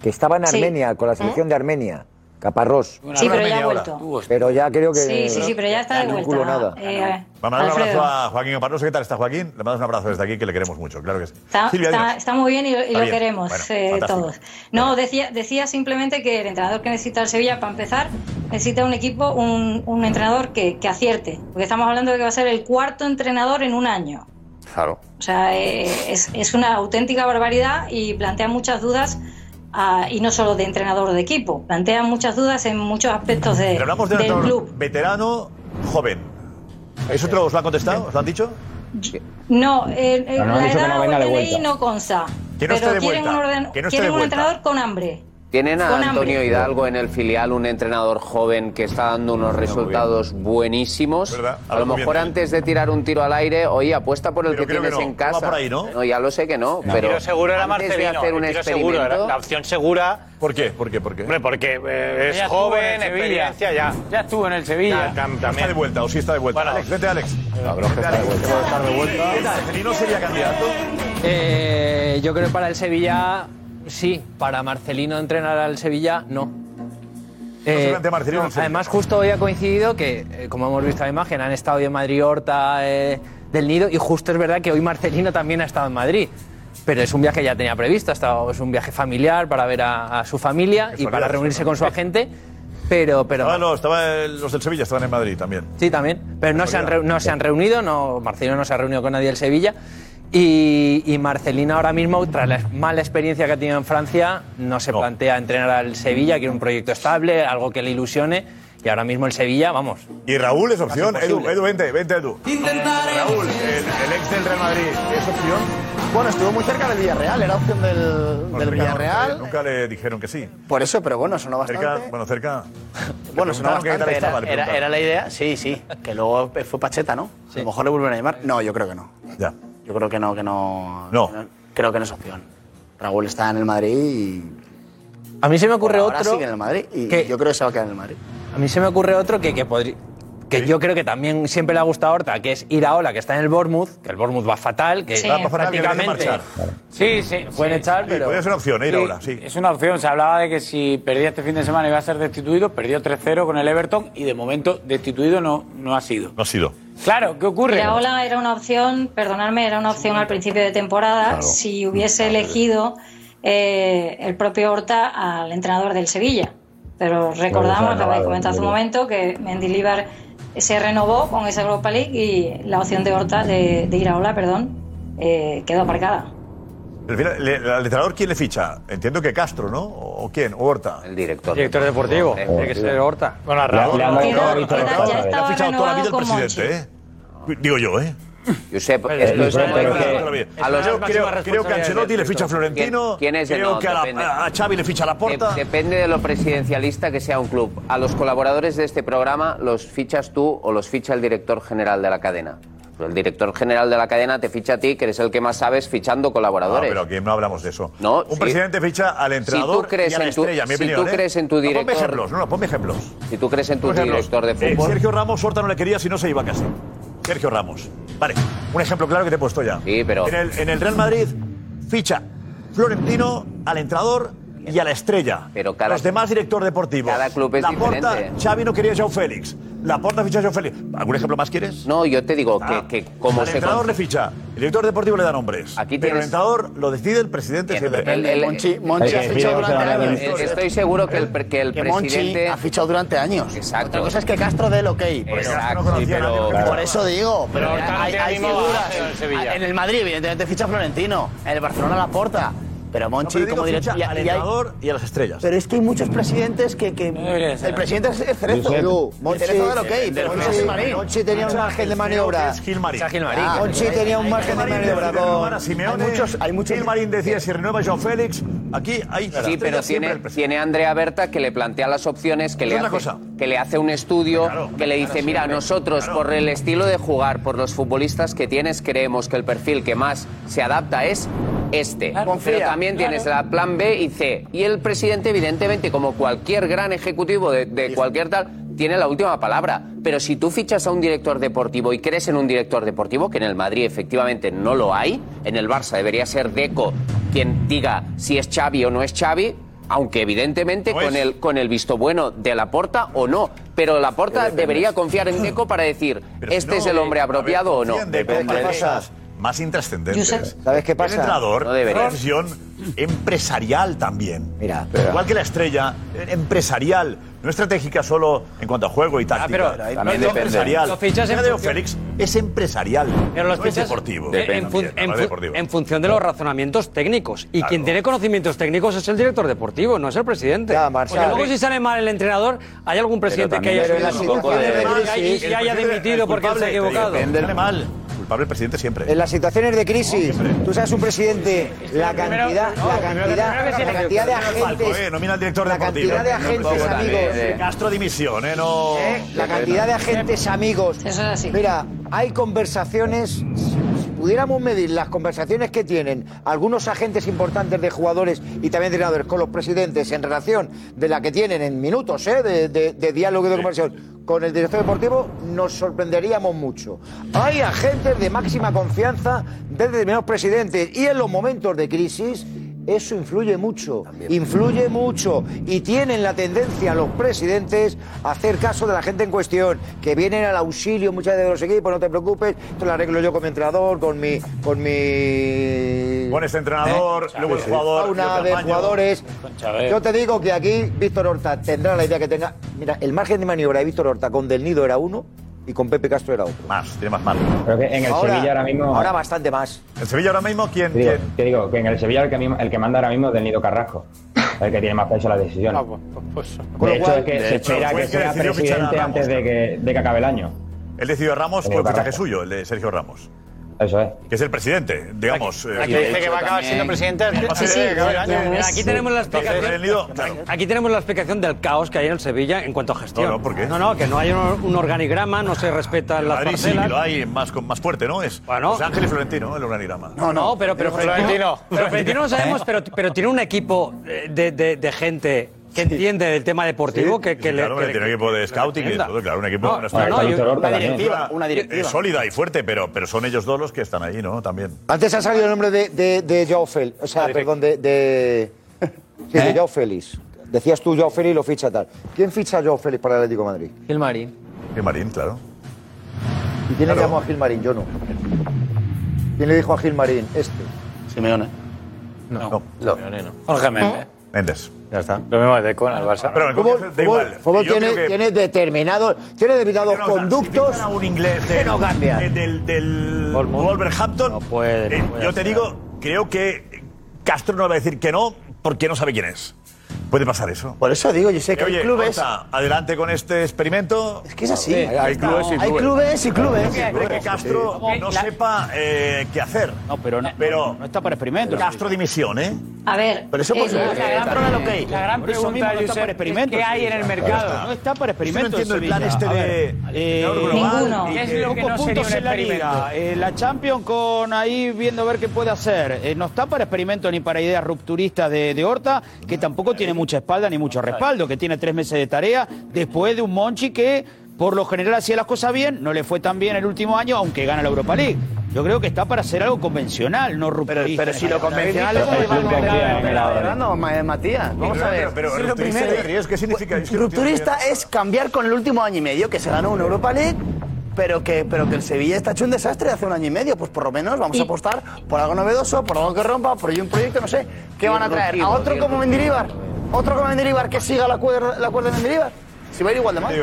[SPEAKER 14] Que estaba en
[SPEAKER 16] Sí. ¿Eh?
[SPEAKER 14] Armenia con la selección de Armenia. Caparrós.
[SPEAKER 16] Sí, pero ya ha vuelto.
[SPEAKER 14] Pero ya creo que.
[SPEAKER 16] Sí, sí, sí, pero ya está de
[SPEAKER 14] no
[SPEAKER 16] vuelta.
[SPEAKER 14] vinculo nada.
[SPEAKER 16] Eh,
[SPEAKER 3] Vamos a dar un
[SPEAKER 16] Alfredo.
[SPEAKER 3] abrazo a Joaquín Caparrós. ¿Qué tal está Joaquín? Le mandamos un abrazo desde aquí que le queremos mucho, claro que sí.
[SPEAKER 16] Está,
[SPEAKER 3] Silvia,
[SPEAKER 16] está-
[SPEAKER 3] dinos.
[SPEAKER 16] está muy bien y, lo- y
[SPEAKER 3] Está
[SPEAKER 16] lo
[SPEAKER 3] bien.
[SPEAKER 16] queremos
[SPEAKER 3] Bueno,
[SPEAKER 16] eh,
[SPEAKER 3] fantástico.
[SPEAKER 16] todos. No, decía, decía simplemente que el entrenador que necesita el Sevilla, para empezar, necesita un equipo, un, un entrenador que, que acierte. Porque estamos hablando de que va a ser el cuarto entrenador en un año.
[SPEAKER 11] Claro.
[SPEAKER 16] O sea, eh, es, es una auténtica barbaridad y plantea muchas dudas, ah, y no solo de entrenador o de equipo, plantea muchas dudas en muchos aspectos de-
[SPEAKER 3] Pero hablamos de un
[SPEAKER 16] del club.
[SPEAKER 3] entrenador veterano, joven. ¿Eso te lo, os lo han contestado? ¿Os lo han dicho?
[SPEAKER 16] No, eh, eh,
[SPEAKER 3] No, no, han
[SPEAKER 16] la
[SPEAKER 3] dicho que
[SPEAKER 16] edad
[SPEAKER 3] no venga de
[SPEAKER 16] que leí
[SPEAKER 3] vuelta.
[SPEAKER 16] no consta.
[SPEAKER 5] Que no esté
[SPEAKER 16] pero
[SPEAKER 5] de
[SPEAKER 16] quieren un,
[SPEAKER 5] vuelta,
[SPEAKER 16] orden-
[SPEAKER 5] que no esté
[SPEAKER 16] quieren
[SPEAKER 5] de
[SPEAKER 16] un
[SPEAKER 5] vuelta.
[SPEAKER 16] entrenador con hambre.
[SPEAKER 5] Tienen a
[SPEAKER 16] Con hambre.
[SPEAKER 5] Antonio Hidalgo en el filial, un entrenador joven que está dando unos resultados buenísimos. A
[SPEAKER 3] Algo
[SPEAKER 5] lo
[SPEAKER 3] muy
[SPEAKER 5] mejor
[SPEAKER 3] bien.
[SPEAKER 5] antes de tirar un tiro al aire, oye, apuesta por el que
[SPEAKER 3] creo que
[SPEAKER 5] tienes
[SPEAKER 3] no.
[SPEAKER 5] en
[SPEAKER 3] Va
[SPEAKER 5] casa.
[SPEAKER 3] por ahí, ¿no?
[SPEAKER 5] ya lo sé que no,
[SPEAKER 7] El
[SPEAKER 5] pero
[SPEAKER 7] tiro seguro era
[SPEAKER 5] antes de
[SPEAKER 7] Marcelino.
[SPEAKER 5] hacer un
[SPEAKER 7] el tiro seguro era
[SPEAKER 5] experimento-
[SPEAKER 7] la opción segura.
[SPEAKER 3] ¿Por qué? ¿Por qué? ¿Por qué?
[SPEAKER 7] Hombre, porque eh,
[SPEAKER 18] Ya
[SPEAKER 7] es
[SPEAKER 18] estuvo
[SPEAKER 7] joven,
[SPEAKER 18] en el Sevilla.
[SPEAKER 7] experiencia ya.
[SPEAKER 18] Ya estuvo en el Sevilla.
[SPEAKER 3] Está de vuelta, o sí está de vuelta. Alex, vete, Alex. Vete, Alex. ¿Qué tal? ¿Marcelino sería candidato?
[SPEAKER 19] Eh, yo creo que para el Sevilla, sí. Para Marcelino entrenar al Sevilla, no.
[SPEAKER 3] solamente Marcelino, el Sevilla.
[SPEAKER 19] Eh, además, justo hoy ha coincidido que, eh, como hemos visto en la imagen, han estado hoy en Madrid Horta eh, del Nido y justo es verdad que hoy Marcelino también ha estado en Madrid. Pero es un viaje que ya tenía previsto, ha estado- es un viaje familiar para ver a, a su familia y para reunirse con su agente. Pero, pero
[SPEAKER 3] Ah, no, estaba, eh, los del Sevilla estaban en Madrid también.
[SPEAKER 19] Sí, también. Pero no se han, reu- no se han reunido, no, Marcelino no se ha reunido con nadie del Sevilla. Y, y Marcelino ahora mismo, tras la mala experiencia que ha tenido en Francia, no se plantea entrenar al Sevilla, quiere un proyecto estable, algo que le ilusione. Y ahora mismo el Sevilla, vamos.
[SPEAKER 3] Y Raúl es opción.
[SPEAKER 19] Casi
[SPEAKER 3] Edu,
[SPEAKER 19] imposible.
[SPEAKER 3] Edu, vente, vente, Edu. Raúl, el, el ex del Real Madrid, ¿es opción?
[SPEAKER 20] Bueno, estuvo muy cerca del Villarreal, era opción del, del
[SPEAKER 3] Pero nunca-
[SPEAKER 20] Villarreal.
[SPEAKER 3] Nunca le dijeron que sí.
[SPEAKER 20] Por eso, pero bueno, sonó bastante.
[SPEAKER 3] Cerca, bueno, cerca.
[SPEAKER 20] Bueno,
[SPEAKER 3] Le
[SPEAKER 20] sonó
[SPEAKER 3] preguntaron qué tal
[SPEAKER 20] bastante.
[SPEAKER 3] estaba,
[SPEAKER 20] Era,
[SPEAKER 3] le
[SPEAKER 20] era-
[SPEAKER 3] preguntaron.
[SPEAKER 20] era la idea, sí, sí. Que luego fue Pacheta, ¿no? A lo mejor le vuelven a llamar. No, yo creo que no.
[SPEAKER 3] Ya.
[SPEAKER 20] Yo creo que no, que no. que no- creo que no es opción. Raúl está en el Madrid y.
[SPEAKER 19] A mí se me ocurre
[SPEAKER 20] ahora
[SPEAKER 19] otro.
[SPEAKER 20] sigue en el Madrid y yo creo que se va a quedar en el Madrid.
[SPEAKER 19] A mí se me ocurre otro que, que podría. Que yo creo que también siempre le ha gustado a Horta, que es Iraola, que está en el Bournemouth, que el Bournemouth va fatal, que
[SPEAKER 18] Sí. Va fatal, que le dejen
[SPEAKER 19] prácticamente.
[SPEAKER 18] marchar. Sí, sí.
[SPEAKER 19] Pueden echar, pero.
[SPEAKER 18] podría ser una opción, ¿eh, Iraola? Es una opción. Se hablaba de que si perdía este fin de semana iba a ser destituido. Perdió 3-0 con el Everton y de momento destituido no, no ha sido.
[SPEAKER 3] No ha sido.
[SPEAKER 18] Claro, ¿qué ocurre?
[SPEAKER 16] Iraola era una opción, perdonadme, era una opción al principio de temporada si hubiese elegido eh, el propio Horta al entrenador del Sevilla. Pero recordamos,
[SPEAKER 21] Bueno,
[SPEAKER 16] acabáis de
[SPEAKER 21] renovado,
[SPEAKER 16] comentar hace un
[SPEAKER 21] muy bien.
[SPEAKER 16] momento, que Mendilibar se renovó con esa Europa League y la opción de Horta, de, de Iraola, perdón, eh, quedó aparcada.
[SPEAKER 3] Pero mira, le- ¿Al entrenador quién le ficha? Entiendo que Castro, ¿no? ¿O o quién? ¿O Horta? El
[SPEAKER 5] director.
[SPEAKER 13] Director deportivo, tiene que ser Horta. Bueno, a Raúl.
[SPEAKER 3] Le- le han dado-
[SPEAKER 13] Queda-
[SPEAKER 3] le han visto
[SPEAKER 13] queda-
[SPEAKER 3] los
[SPEAKER 13] ya
[SPEAKER 3] pasos, ¿eh?
[SPEAKER 13] estaba
[SPEAKER 3] Le ha fichado toda la vida el
[SPEAKER 13] renovado con
[SPEAKER 3] presidente, ¿eh? Digo yo, ¿eh?
[SPEAKER 13] Pues,
[SPEAKER 5] Josep,
[SPEAKER 3] esto es
[SPEAKER 5] Josep,
[SPEAKER 3] algo
[SPEAKER 5] pero
[SPEAKER 3] que-
[SPEAKER 5] que-
[SPEAKER 3] Otra vez.
[SPEAKER 5] a los-
[SPEAKER 3] Creo- creo- creo que Ancelotti le ficha a Florentino,
[SPEAKER 5] ¿Quién, quién es el
[SPEAKER 3] creo
[SPEAKER 5] no?
[SPEAKER 3] que a la-
[SPEAKER 5] Depende.
[SPEAKER 3] a Xavi le ficha a Laporta.
[SPEAKER 5] De- depende de lo presidencialista que sea un club. A los colaboradores de este programa los fichas tú o los ficha el director general de la cadena. Pero El director general de la cadena te ficha a ti, que eres el que más sabes fichando
[SPEAKER 3] No,
[SPEAKER 5] colaboradores.
[SPEAKER 3] Ah, pero aquí no hablamos de eso.
[SPEAKER 5] No,
[SPEAKER 3] Un
[SPEAKER 5] sí.
[SPEAKER 3] presidente ficha al entrenador
[SPEAKER 5] Si tú crees
[SPEAKER 3] y a la
[SPEAKER 5] en tu-
[SPEAKER 3] estrella, mi
[SPEAKER 5] si
[SPEAKER 3] opinión,
[SPEAKER 5] tú
[SPEAKER 3] ¿eh?
[SPEAKER 5] crees en tu
[SPEAKER 3] No,
[SPEAKER 5] director-
[SPEAKER 3] ponme ejemplos, no, no, ponme ejemplos.
[SPEAKER 5] Si tú crees en tu
[SPEAKER 3] Por ejemplo,
[SPEAKER 5] director de
[SPEAKER 3] eh,
[SPEAKER 5] fútbol.
[SPEAKER 3] Sergio Ramos, Horta no le quería si no se iba casi. Sergio Ramos. Vale, un ejemplo claro que te he puesto ya. Sí,
[SPEAKER 5] pero-
[SPEAKER 3] En el, en el Real Madrid ficha Florentino al entrenador y a la estrella. Pero
[SPEAKER 5] cada-
[SPEAKER 3] Los demás director deportivo. Cada
[SPEAKER 5] club es
[SPEAKER 3] Laporta,
[SPEAKER 5] diferente.
[SPEAKER 3] Xavi no quería a Joao Félix. Laporta ficha a Joao Félix. ¿Algún ejemplo más quieres?
[SPEAKER 5] No, yo te digo
[SPEAKER 3] Ah.
[SPEAKER 5] que, que como
[SPEAKER 3] al
[SPEAKER 5] se.
[SPEAKER 3] entrenador
[SPEAKER 5] con-
[SPEAKER 3] le ficha, el director deportivo le da nombres. pero el
[SPEAKER 5] tienes-
[SPEAKER 3] entrenador lo decide el presidente. siempre.
[SPEAKER 5] el- el-
[SPEAKER 20] ha fichado durante años.
[SPEAKER 5] Eh, Estoy seguro que el, pre- que el
[SPEAKER 20] Que Monchi
[SPEAKER 5] presidente.
[SPEAKER 20] ha fichado durante años.
[SPEAKER 5] Exacto.
[SPEAKER 20] Otra cosa es que Castro dé el ok. Por eso,
[SPEAKER 5] Exacto, Sí, pero- pero-
[SPEAKER 20] por eso digo. Pero,
[SPEAKER 5] Pero Horta
[SPEAKER 20] hay,
[SPEAKER 5] tiene
[SPEAKER 20] hay
[SPEAKER 5] mismo bagaje
[SPEAKER 20] figuras.
[SPEAKER 5] en el Sevilla.
[SPEAKER 20] En el Madrid, evidentemente, ficha Florentino. En el Barcelona, la porta. Pero Monchi,
[SPEAKER 3] pero digo,
[SPEAKER 20] como
[SPEAKER 3] ficha
[SPEAKER 20] director.
[SPEAKER 3] al entrenador y a las estrellas.
[SPEAKER 20] Pero es que hay muchos presidentes que. que el presidente es es Cerezo.
[SPEAKER 3] Josep.
[SPEAKER 20] Edu.
[SPEAKER 3] Monchi-
[SPEAKER 20] Cerezo da el ok,
[SPEAKER 3] el-
[SPEAKER 20] pero
[SPEAKER 3] el-
[SPEAKER 20] no
[SPEAKER 3] el-
[SPEAKER 20] es Marín.
[SPEAKER 3] Monchi tenía un margen de maniobra. Es Gilmarín. Es Gilmarín.
[SPEAKER 20] Ah, Monchi tenía un margen de maniobra. con-
[SPEAKER 3] Simeone,
[SPEAKER 20] Hay muchos. Hay muchos
[SPEAKER 3] Gilmarín decía si renueva Joao Félix. Aquí hay
[SPEAKER 5] Sí, pero tiene, tiene a Andrea Berta que le plantea las opciones, que,
[SPEAKER 3] Es
[SPEAKER 5] le
[SPEAKER 3] una
[SPEAKER 5] hace,
[SPEAKER 3] cosa.
[SPEAKER 5] que le hace un estudio, que le dice, mira, nosotros por el estilo de jugar, por los futbolistas que tienes, creemos que el perfil que más se adapta es este. pero
[SPEAKER 20] Confía,
[SPEAKER 5] también
[SPEAKER 20] claro.
[SPEAKER 5] tienes la plan B y C. Y el presidente, evidentemente, como cualquier gran ejecutivo de, de cualquier tal, tiene la última palabra. Pero si tú fichas a un director deportivo y crees en un director deportivo, que en el Madrid efectivamente no lo hay, en el Barça debería ser Deco quien diga si es Xavi o no es Xavi, aunque evidentemente con, el, con el visto bueno de Laporta o no. Pero Laporta debería confiar en Deco para decir, este es el hombre apropiado o no.
[SPEAKER 3] Depende cosas más intrascendentes.
[SPEAKER 5] Josep.
[SPEAKER 3] ¿Sabes
[SPEAKER 5] qué pasa?
[SPEAKER 3] El entrenador
[SPEAKER 5] No debería.
[SPEAKER 3] es una decisión empresarial también.
[SPEAKER 20] Mira,
[SPEAKER 3] Igual que la estrella, eh, empresarial. No estratégica solo en cuanto a juego y táctica.
[SPEAKER 13] Ah, pero
[SPEAKER 3] No,
[SPEAKER 13] también
[SPEAKER 3] no,
[SPEAKER 13] depende.
[SPEAKER 3] empresarial.
[SPEAKER 13] Los fichas en
[SPEAKER 3] La de Joao
[SPEAKER 13] función-
[SPEAKER 3] Félix es empresarial.
[SPEAKER 13] Pero los
[SPEAKER 3] no
[SPEAKER 13] fichas
[SPEAKER 3] es deportivo.
[SPEAKER 13] de- en, fun- en
[SPEAKER 3] No es
[SPEAKER 13] fu-
[SPEAKER 3] deportivo.
[SPEAKER 13] en función de los razonamientos técnicos. Y quien tiene conocimientos técnicos es el director deportivo, no es el presidente. Porque luego si sale mal el entrenador, hay algún presidente que
[SPEAKER 3] también
[SPEAKER 13] haya
[SPEAKER 3] pero en la
[SPEAKER 13] subido
[SPEAKER 3] situación
[SPEAKER 13] y
[SPEAKER 3] de
[SPEAKER 13] haya- y-
[SPEAKER 3] crisis-
[SPEAKER 13] y haya
[SPEAKER 3] el presidente-
[SPEAKER 13] dimitido
[SPEAKER 3] el
[SPEAKER 13] porque él se ha
[SPEAKER 3] culpable, te digo,
[SPEAKER 13] equivocado.
[SPEAKER 3] depende del mal. Culpable el presidente siempre.
[SPEAKER 14] En las situaciones de crisis, tú sabes un presidente, la
[SPEAKER 3] primero-
[SPEAKER 14] cantidad,
[SPEAKER 3] no,
[SPEAKER 14] la
[SPEAKER 3] primero-
[SPEAKER 14] cantidad,
[SPEAKER 3] primero
[SPEAKER 14] la cantidad de
[SPEAKER 3] Palco, eh,
[SPEAKER 14] agentes,
[SPEAKER 3] nomina al director
[SPEAKER 14] la
[SPEAKER 3] deportivo.
[SPEAKER 14] cantidad de agentes
[SPEAKER 3] Tampoco
[SPEAKER 14] amigos,
[SPEAKER 3] también, eh. Castro dimisión, eh, no.
[SPEAKER 14] la cantidad de agentes amigos. Mira, hay conversaciones, si pudiéramos medir las conversaciones que tienen algunos agentes importantes de jugadores y también de entrenadores con los presidentes en relación de la que tienen en minutos eh, de, de- de diálogo y de conversación con el director deportivo, nos sorprenderíamos mucho. Hay agentes de máxima confianza de determinados presidentes y en los momentos de crisis Eso influye mucho, influye mucho. Y tienen la tendencia los presidentes a hacer caso de la gente en cuestión, que vienen al auxilio muchas veces de los equipos, no te preocupes, esto lo arreglo yo con mi entrenador, con mi... Con mi... ¿Eh?
[SPEAKER 3] Pones entrenador, luego el jugador, y otro
[SPEAKER 14] Fauna
[SPEAKER 3] el
[SPEAKER 14] de
[SPEAKER 3] baño.
[SPEAKER 14] jugadores.
[SPEAKER 3] Con Chávez.
[SPEAKER 14] Yo te digo que aquí Víctor Horta tendrá la idea que tenga. Mira, el margen de maniobra de Víctor Horta con Del Nido era uno y con Pepe Castro era otro.
[SPEAKER 3] Más, tiene más mano.
[SPEAKER 15] Creo que en el Sevilla ahora mismo.
[SPEAKER 14] Ahora bastante más.
[SPEAKER 3] ¿En Sevilla ahora mismo quién?
[SPEAKER 15] Te digo, te digo que en el Sevilla el que, mismo- el que manda ahora mismo es Del Nido Carrasco. El que tiene más peso en las
[SPEAKER 2] Ah,
[SPEAKER 15] decisiones.
[SPEAKER 2] pues.
[SPEAKER 7] Pues,
[SPEAKER 3] Con
[SPEAKER 15] de
[SPEAKER 3] lo
[SPEAKER 15] hecho,
[SPEAKER 3] cual-
[SPEAKER 15] es que
[SPEAKER 3] de
[SPEAKER 15] se
[SPEAKER 3] hecho,
[SPEAKER 15] espera
[SPEAKER 3] fue
[SPEAKER 15] que
[SPEAKER 3] el que
[SPEAKER 15] sea
[SPEAKER 3] decidió fichar a
[SPEAKER 15] presidente
[SPEAKER 3] Ramos,
[SPEAKER 15] antes de que, de que acabe el año.
[SPEAKER 3] Él decidió a
[SPEAKER 15] Del
[SPEAKER 3] Ramos fue
[SPEAKER 15] Nido
[SPEAKER 3] un fichaje
[SPEAKER 15] Carrasco.
[SPEAKER 3] suyo, el de Sergio Ramos.
[SPEAKER 15] Eso es.
[SPEAKER 3] Que es el presidente, digamos. eh,
[SPEAKER 7] Aquí dice que va a acabar
[SPEAKER 3] también.
[SPEAKER 7] siendo presidente.
[SPEAKER 3] Sí, sí,
[SPEAKER 7] año.
[SPEAKER 13] Aquí tenemos la
[SPEAKER 3] Entonces,
[SPEAKER 13] explicación.
[SPEAKER 3] el Nido, claro.
[SPEAKER 13] Aquí tenemos la explicación del caos que hay en el Sevilla en cuanto a gestión.
[SPEAKER 3] No, no, ¿por qué?
[SPEAKER 13] No, no, que no hay un, un organigrama, no se respetan las
[SPEAKER 3] Madrid sí,
[SPEAKER 13] parcelas.
[SPEAKER 3] que lo hay más, con- más fuerte, ¿no? Es Los Ángeles y Florentino, el organigrama.
[SPEAKER 13] No, no, pero, pero
[SPEAKER 3] Pero
[SPEAKER 13] Florentino.
[SPEAKER 3] Florentino.
[SPEAKER 13] Pero Florentino no sabemos, pero, pero tiene un equipo eh, de, de- de gente que entiende del tema deportivo que, que le.
[SPEAKER 3] claro, hombre,
[SPEAKER 13] que
[SPEAKER 3] tiene
[SPEAKER 13] le-
[SPEAKER 3] un equipo de scouting y de
[SPEAKER 13] entienda.
[SPEAKER 3] todo, claro, un equipo
[SPEAKER 13] No,
[SPEAKER 3] una
[SPEAKER 13] no,
[SPEAKER 3] estructura-
[SPEAKER 13] no, yo- Una
[SPEAKER 3] una
[SPEAKER 13] directiva,
[SPEAKER 3] estructura, eh, sólida y fuerte, pero, pero son ellos dos los que están ahí, ¿no? También.
[SPEAKER 14] Antes ha salido el nombre de, de, de Joao Fel- O sea, perdón, de. de sí,
[SPEAKER 3] ¿Eh?
[SPEAKER 14] de Joao Félix. Decías tú Joao Félix lo ficha tal. ¿Quién ficha a Joao Félix para el Atlético de Madrid?
[SPEAKER 19] Gilmarín.
[SPEAKER 3] Gilmarín, claro.
[SPEAKER 14] ¿Y quién le llamó a Gilmarín? Yo no. ¿Quién le dijo a Gilmarín? Este.
[SPEAKER 20] Simeone.
[SPEAKER 3] No.
[SPEAKER 20] Simeone no.
[SPEAKER 7] Jorge Méndez.
[SPEAKER 3] Méndez. Ah,
[SPEAKER 20] Ya está.
[SPEAKER 7] Lo mismo de con al Barça.
[SPEAKER 3] Pero el
[SPEAKER 14] Fútbol, fútbol, fútbol tiene, tiene determinados tiene determinados conductos
[SPEAKER 3] un inglés
[SPEAKER 14] que no cambian.
[SPEAKER 3] Eh, del, del Wolverhampton. Eh, yo te digo, creo que Castro no va a decir que no porque no sabe quién es. Puede pasar eso.
[SPEAKER 14] Por eso digo, yo Pues sé que
[SPEAKER 3] Oye,
[SPEAKER 14] hay clubes.
[SPEAKER 3] Horta, adelante con este experimento. Es
[SPEAKER 14] que es así.
[SPEAKER 3] Hay clubes y clubes.
[SPEAKER 14] Hay clubes y clubes.
[SPEAKER 3] Creo que- creo que Castro no sepa eh, qué hacer. No, pero no, está para experimentos. Castro dimisión, ¿eh?
[SPEAKER 16] A ver.
[SPEAKER 3] Pero eso por
[SPEAKER 16] eh,
[SPEAKER 3] supuesto.
[SPEAKER 16] la gran prueba-
[SPEAKER 3] La gran
[SPEAKER 6] Por eso
[SPEAKER 3] pregunta,
[SPEAKER 6] mismo no está
[SPEAKER 3] Josep,
[SPEAKER 6] para experimentos.
[SPEAKER 18] ¿qué hay en el
[SPEAKER 6] Sevilla.
[SPEAKER 18] mercado?
[SPEAKER 6] No está para experimentos.
[SPEAKER 3] Yo no entiendo el
[SPEAKER 6] Sevilla.
[SPEAKER 3] plan este
[SPEAKER 6] A ver,
[SPEAKER 3] de-
[SPEAKER 6] eh,
[SPEAKER 3] de orden global
[SPEAKER 6] ninguno.
[SPEAKER 3] y
[SPEAKER 6] ¿Qué es
[SPEAKER 3] que-
[SPEAKER 6] lo que
[SPEAKER 3] Pocos
[SPEAKER 6] no sería
[SPEAKER 3] puntos
[SPEAKER 6] un
[SPEAKER 3] en la liga.
[SPEAKER 6] experimento? Eh, la Champions con ahí viendo a ver qué puede hacer. Eh, no está para experimentos ni para ideas rupturistas de, de Horta, que tampoco tiene mucha espalda ni mucho respaldo, que tiene tres meses de tarea después de un Monchi que por lo general hacía las cosas bien, no le fue tan bien el último año, aunque gana la Europa League. Yo creo que está para hacer algo convencional, no rupturista.
[SPEAKER 14] pero si lo convencional es Pero el Iván Matías,
[SPEAKER 6] no,
[SPEAKER 20] Matías, vamos a
[SPEAKER 3] Pero,
[SPEAKER 20] ver. Sí,
[SPEAKER 3] pero
[SPEAKER 20] lo
[SPEAKER 3] rupturista,
[SPEAKER 20] primero-
[SPEAKER 3] ¿crees? ¿Qué significa? Es que no tiene
[SPEAKER 20] Rupturista
[SPEAKER 3] idea.
[SPEAKER 20] es cambiar con el último año y medio que se ganó una Europa League, pero que, pero que el Sevilla está hecho un desastre hace un año y medio. Pues por lo menos vamos a apostar por algo novedoso, por algo que rompa, por ahí un proyecto, no sé. ¿Qué van a traer? ¿A otro como Mendilibar? ¿Otro como Mendilibar que siga la cuerda, la cuerda de Mendilibar? Si va a ir igual de mal.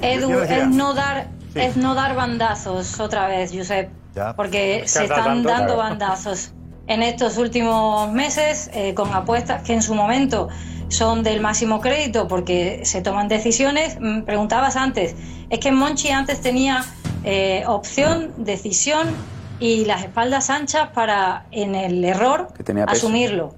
[SPEAKER 16] Edu,
[SPEAKER 20] Yo decía-
[SPEAKER 16] es no dar,
[SPEAKER 20] Sí.
[SPEAKER 16] es no dar bandazos otra vez, Josep.
[SPEAKER 20] Ya.
[SPEAKER 16] Porque
[SPEAKER 20] Es que
[SPEAKER 16] se
[SPEAKER 20] has dado
[SPEAKER 16] están
[SPEAKER 20] tanto,
[SPEAKER 16] dando
[SPEAKER 20] claro.
[SPEAKER 16] bandazos en estos últimos meses eh, con apuestas que en su momento son del máximo crédito porque se toman decisiones. Mm, Preguntabas antes, es que Monchi antes tenía eh, opción, decisión y las espaldas anchas para en el error
[SPEAKER 20] Que tenía peso.
[SPEAKER 16] asumirlo.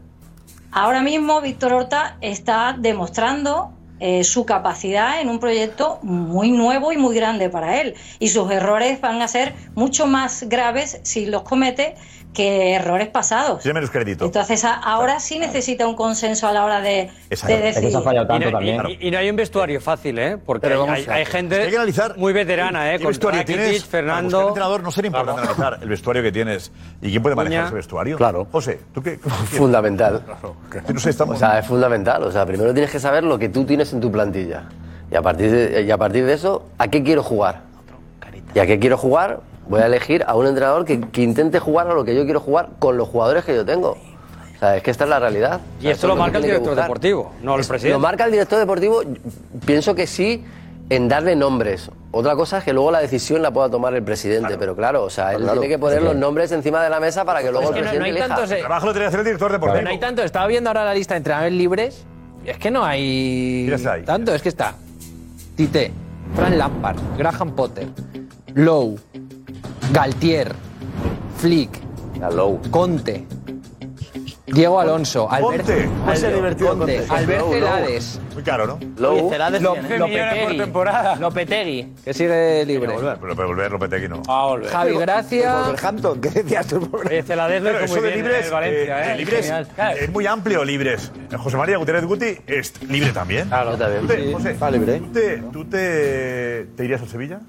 [SPEAKER 16] Ahora mismo Víctor Horta está demostrando eh, su capacidad en un proyecto muy nuevo y muy grande para él. Y sus errores van a ser mucho más graves si los comete que errores pasados.
[SPEAKER 3] Tiene menos crédito.
[SPEAKER 16] Entonces a- ahora sí necesita un consenso a la hora de, de decidir.
[SPEAKER 13] y no, y- y no hay un vestuario fácil, ¿eh? Porque
[SPEAKER 3] Pero
[SPEAKER 13] hay,
[SPEAKER 3] vamos
[SPEAKER 13] hay-
[SPEAKER 3] a ver.
[SPEAKER 13] hay gente
[SPEAKER 3] Es que hay que analizar
[SPEAKER 13] muy veterana, ¿eh?
[SPEAKER 3] ¿Qué
[SPEAKER 13] Con
[SPEAKER 3] vestuario
[SPEAKER 13] Rakitic,
[SPEAKER 3] tienes? Para buscar
[SPEAKER 13] Fernando.
[SPEAKER 3] entrenador no sería importante analizar el vestuario que tienes y quién puede manejar
[SPEAKER 13] Cuña.
[SPEAKER 3] ese vestuario.
[SPEAKER 11] Claro.
[SPEAKER 3] José, ¿tú qué?
[SPEAKER 11] Fundamental.
[SPEAKER 3] No sé, estamos...
[SPEAKER 11] O sea, es fundamental. O sea, primero tienes que saber lo que tú tienes en tu plantilla. Y a partir de, y a partir de eso, ¿a qué quiero jugar? ¿Y a qué quiero jugar? Voy a elegir a un entrenador que, que intente jugar a lo que yo quiero jugar con los jugadores que yo tengo. O sea, es que esta es la realidad. O
[SPEAKER 13] Y
[SPEAKER 11] sea,
[SPEAKER 13] esto
[SPEAKER 11] es
[SPEAKER 13] lo
[SPEAKER 11] que
[SPEAKER 13] marca el
[SPEAKER 11] tiene que
[SPEAKER 13] director
[SPEAKER 11] buscar.
[SPEAKER 13] deportivo, no el
[SPEAKER 11] Es-
[SPEAKER 13] presidente.
[SPEAKER 11] Lo marca el director deportivo, pienso que sí, en darle nombres. Otra cosa es que luego la decisión la pueda tomar el presidente, pero claro, o sea, él
[SPEAKER 19] Claro.
[SPEAKER 11] tiene que poner
[SPEAKER 19] Sí.
[SPEAKER 11] los nombres encima de la mesa para que luego
[SPEAKER 19] Es que
[SPEAKER 11] el
[SPEAKER 19] no- no hay
[SPEAKER 11] presidente elija.
[SPEAKER 19] tantos, eh, Trabajo
[SPEAKER 3] lo tiene que hacer el director deportivo.
[SPEAKER 19] No hay tanto. Estaba viendo ahora la lista de entrenadores libres. y Es que no hay tanto. Es que está Tite, Fran Lampard, Graham Potter, Lowe, Galtier, Flick, Conte, Diego Alonso, Albert,
[SPEAKER 3] Conte. Va a ser
[SPEAKER 19] Albert-
[SPEAKER 3] divertido
[SPEAKER 19] Conte,
[SPEAKER 3] Conte.
[SPEAKER 19] Albert
[SPEAKER 3] Lowe, Lowe.
[SPEAKER 19] Celades.
[SPEAKER 3] Muy caro, ¿no?
[SPEAKER 19] Lowe, Lop-
[SPEAKER 3] millones por
[SPEAKER 19] Lopetegui, Lopetegui, que sigue libre.
[SPEAKER 3] Pero para Ah, volver Lopetegui no.
[SPEAKER 19] Javi Gracia.
[SPEAKER 14] Wolverhampton, ¿qué decías tú? pobre?
[SPEAKER 3] Claro, eso de libres, eh, de libres, es muy amplio libres. José María Gutiérrez Guti es libre también. Claro,
[SPEAKER 11] Sí.
[SPEAKER 3] José,
[SPEAKER 11] Va libre.
[SPEAKER 3] ¿tú, te, tú te- te irías a Sevilla?